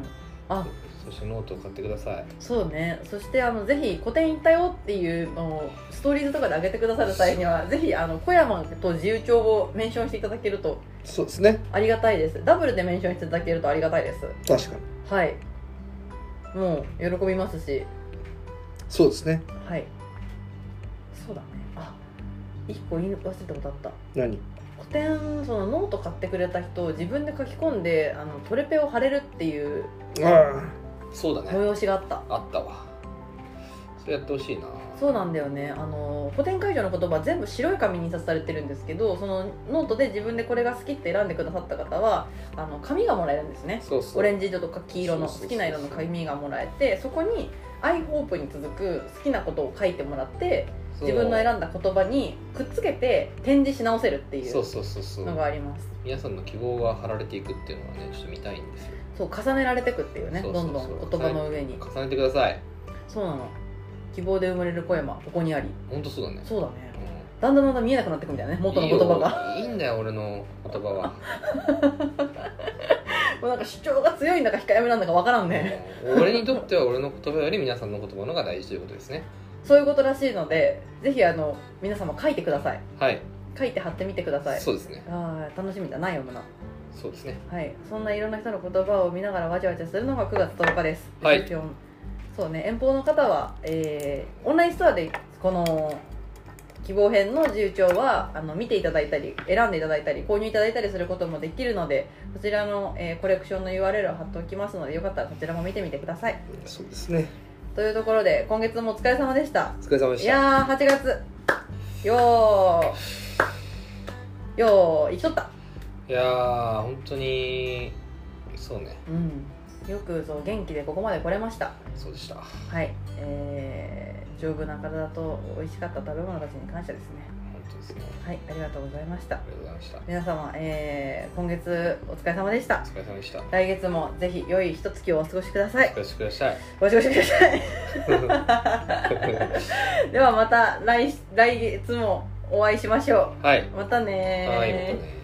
Speaker 1: あ
Speaker 2: そしてノートを買ってください
Speaker 1: そうねそしてあのぜひ個展行ったよっていうのをストーリーズとかで上げてくださる際にはぜひあの小山と自由帳をメンションしていただけると
Speaker 2: そうですね
Speaker 1: ありがたいですダブルでメンションしていただけるとありがたいです
Speaker 2: 確かに
Speaker 1: はいもう喜びますし
Speaker 2: そうですね
Speaker 1: はいそうだねあ一個言い忘れたことあった
Speaker 2: 何
Speaker 1: 個展そのノート買ってくれた人自分で書き込んであのトレペを貼れるっていう
Speaker 2: ああそうだね
Speaker 1: 催しがあった
Speaker 2: あったわそれやってほしいな
Speaker 1: そうなんだよねあの古典会場の言葉全部白い紙に印刷されてるんですけどそのノートで自分でこれが好きって選んでくださった方はあの紙がもらえるんですね
Speaker 2: そうそう
Speaker 1: オレンジ色とか黄色の
Speaker 2: そうそうそうそう
Speaker 1: 好きな色の紙がもらえてそこに「IHOPE」に続く好きなことを書いてもらって
Speaker 2: そう
Speaker 1: 自分の選んだ言葉にくっつけて展示し直せるってい
Speaker 2: そう
Speaker 1: う
Speaker 2: そうそうそう
Speaker 1: のがあります
Speaker 2: 皆さんの希望が貼られていくっていうのはねちょっと見たいんですよ
Speaker 1: そう重ねられてくっていうね
Speaker 2: そうそう
Speaker 1: ど
Speaker 2: そうん
Speaker 1: どん言葉の上に
Speaker 2: 重ねてください
Speaker 1: そうなの希望で生まれる小山ここにあり
Speaker 2: 本当そうだね
Speaker 1: そうだね
Speaker 2: うん
Speaker 1: だんだんだんだん見えなくなってくみたいなね元の言葉が
Speaker 2: いいよいいんだよ俺の言葉は、
Speaker 1: もうなんか主張が強いんだか控えめなんだかわからん ね
Speaker 2: うん俺にとっては俺の言葉より皆さんの言葉の方が大事ということですね
Speaker 1: そういうことらしいのでぜひあの皆様書いてください
Speaker 2: はい、
Speaker 1: 書いて貼ってみてください
Speaker 2: そうですね
Speaker 1: あー楽しみだな読むな
Speaker 2: そうですね
Speaker 1: はいそんないろんな人の言葉を見ながらわちゃわちゃするのが9月10日です
Speaker 2: はい
Speaker 1: 基本そうね遠方の方は、えーオンラインストアでこの希望編の自由帳はあの見ていただいたり選んでいただいたり購入いただいたりすることもできるのでそちらの、えーコレクションの URL を貼っておきますのでよかったらそちらも見てみてください
Speaker 2: そうですね
Speaker 1: というところで今月もお疲れ様でした
Speaker 2: お疲れ様で
Speaker 1: い
Speaker 2: した
Speaker 1: やー8月よーよー生きとった
Speaker 2: いやー本当にそうね
Speaker 1: うんよくそう元気でここまで来れました
Speaker 2: そうでした本
Speaker 1: はいえー、丈夫な体と美味しかった食べ物たちに感謝ですね
Speaker 2: 当ですね
Speaker 1: はいありがとうございました
Speaker 2: ありがとうございました
Speaker 1: 皆様、えー、今月お疲れ様でした
Speaker 2: お疲れ様でしたお
Speaker 1: 来月もぜひ良い一月をお過ごしください
Speaker 2: 疲れ様ください
Speaker 1: お過ごしください ではまた来来月もお会いしましょ
Speaker 2: はいう
Speaker 1: またねー
Speaker 2: はいまたね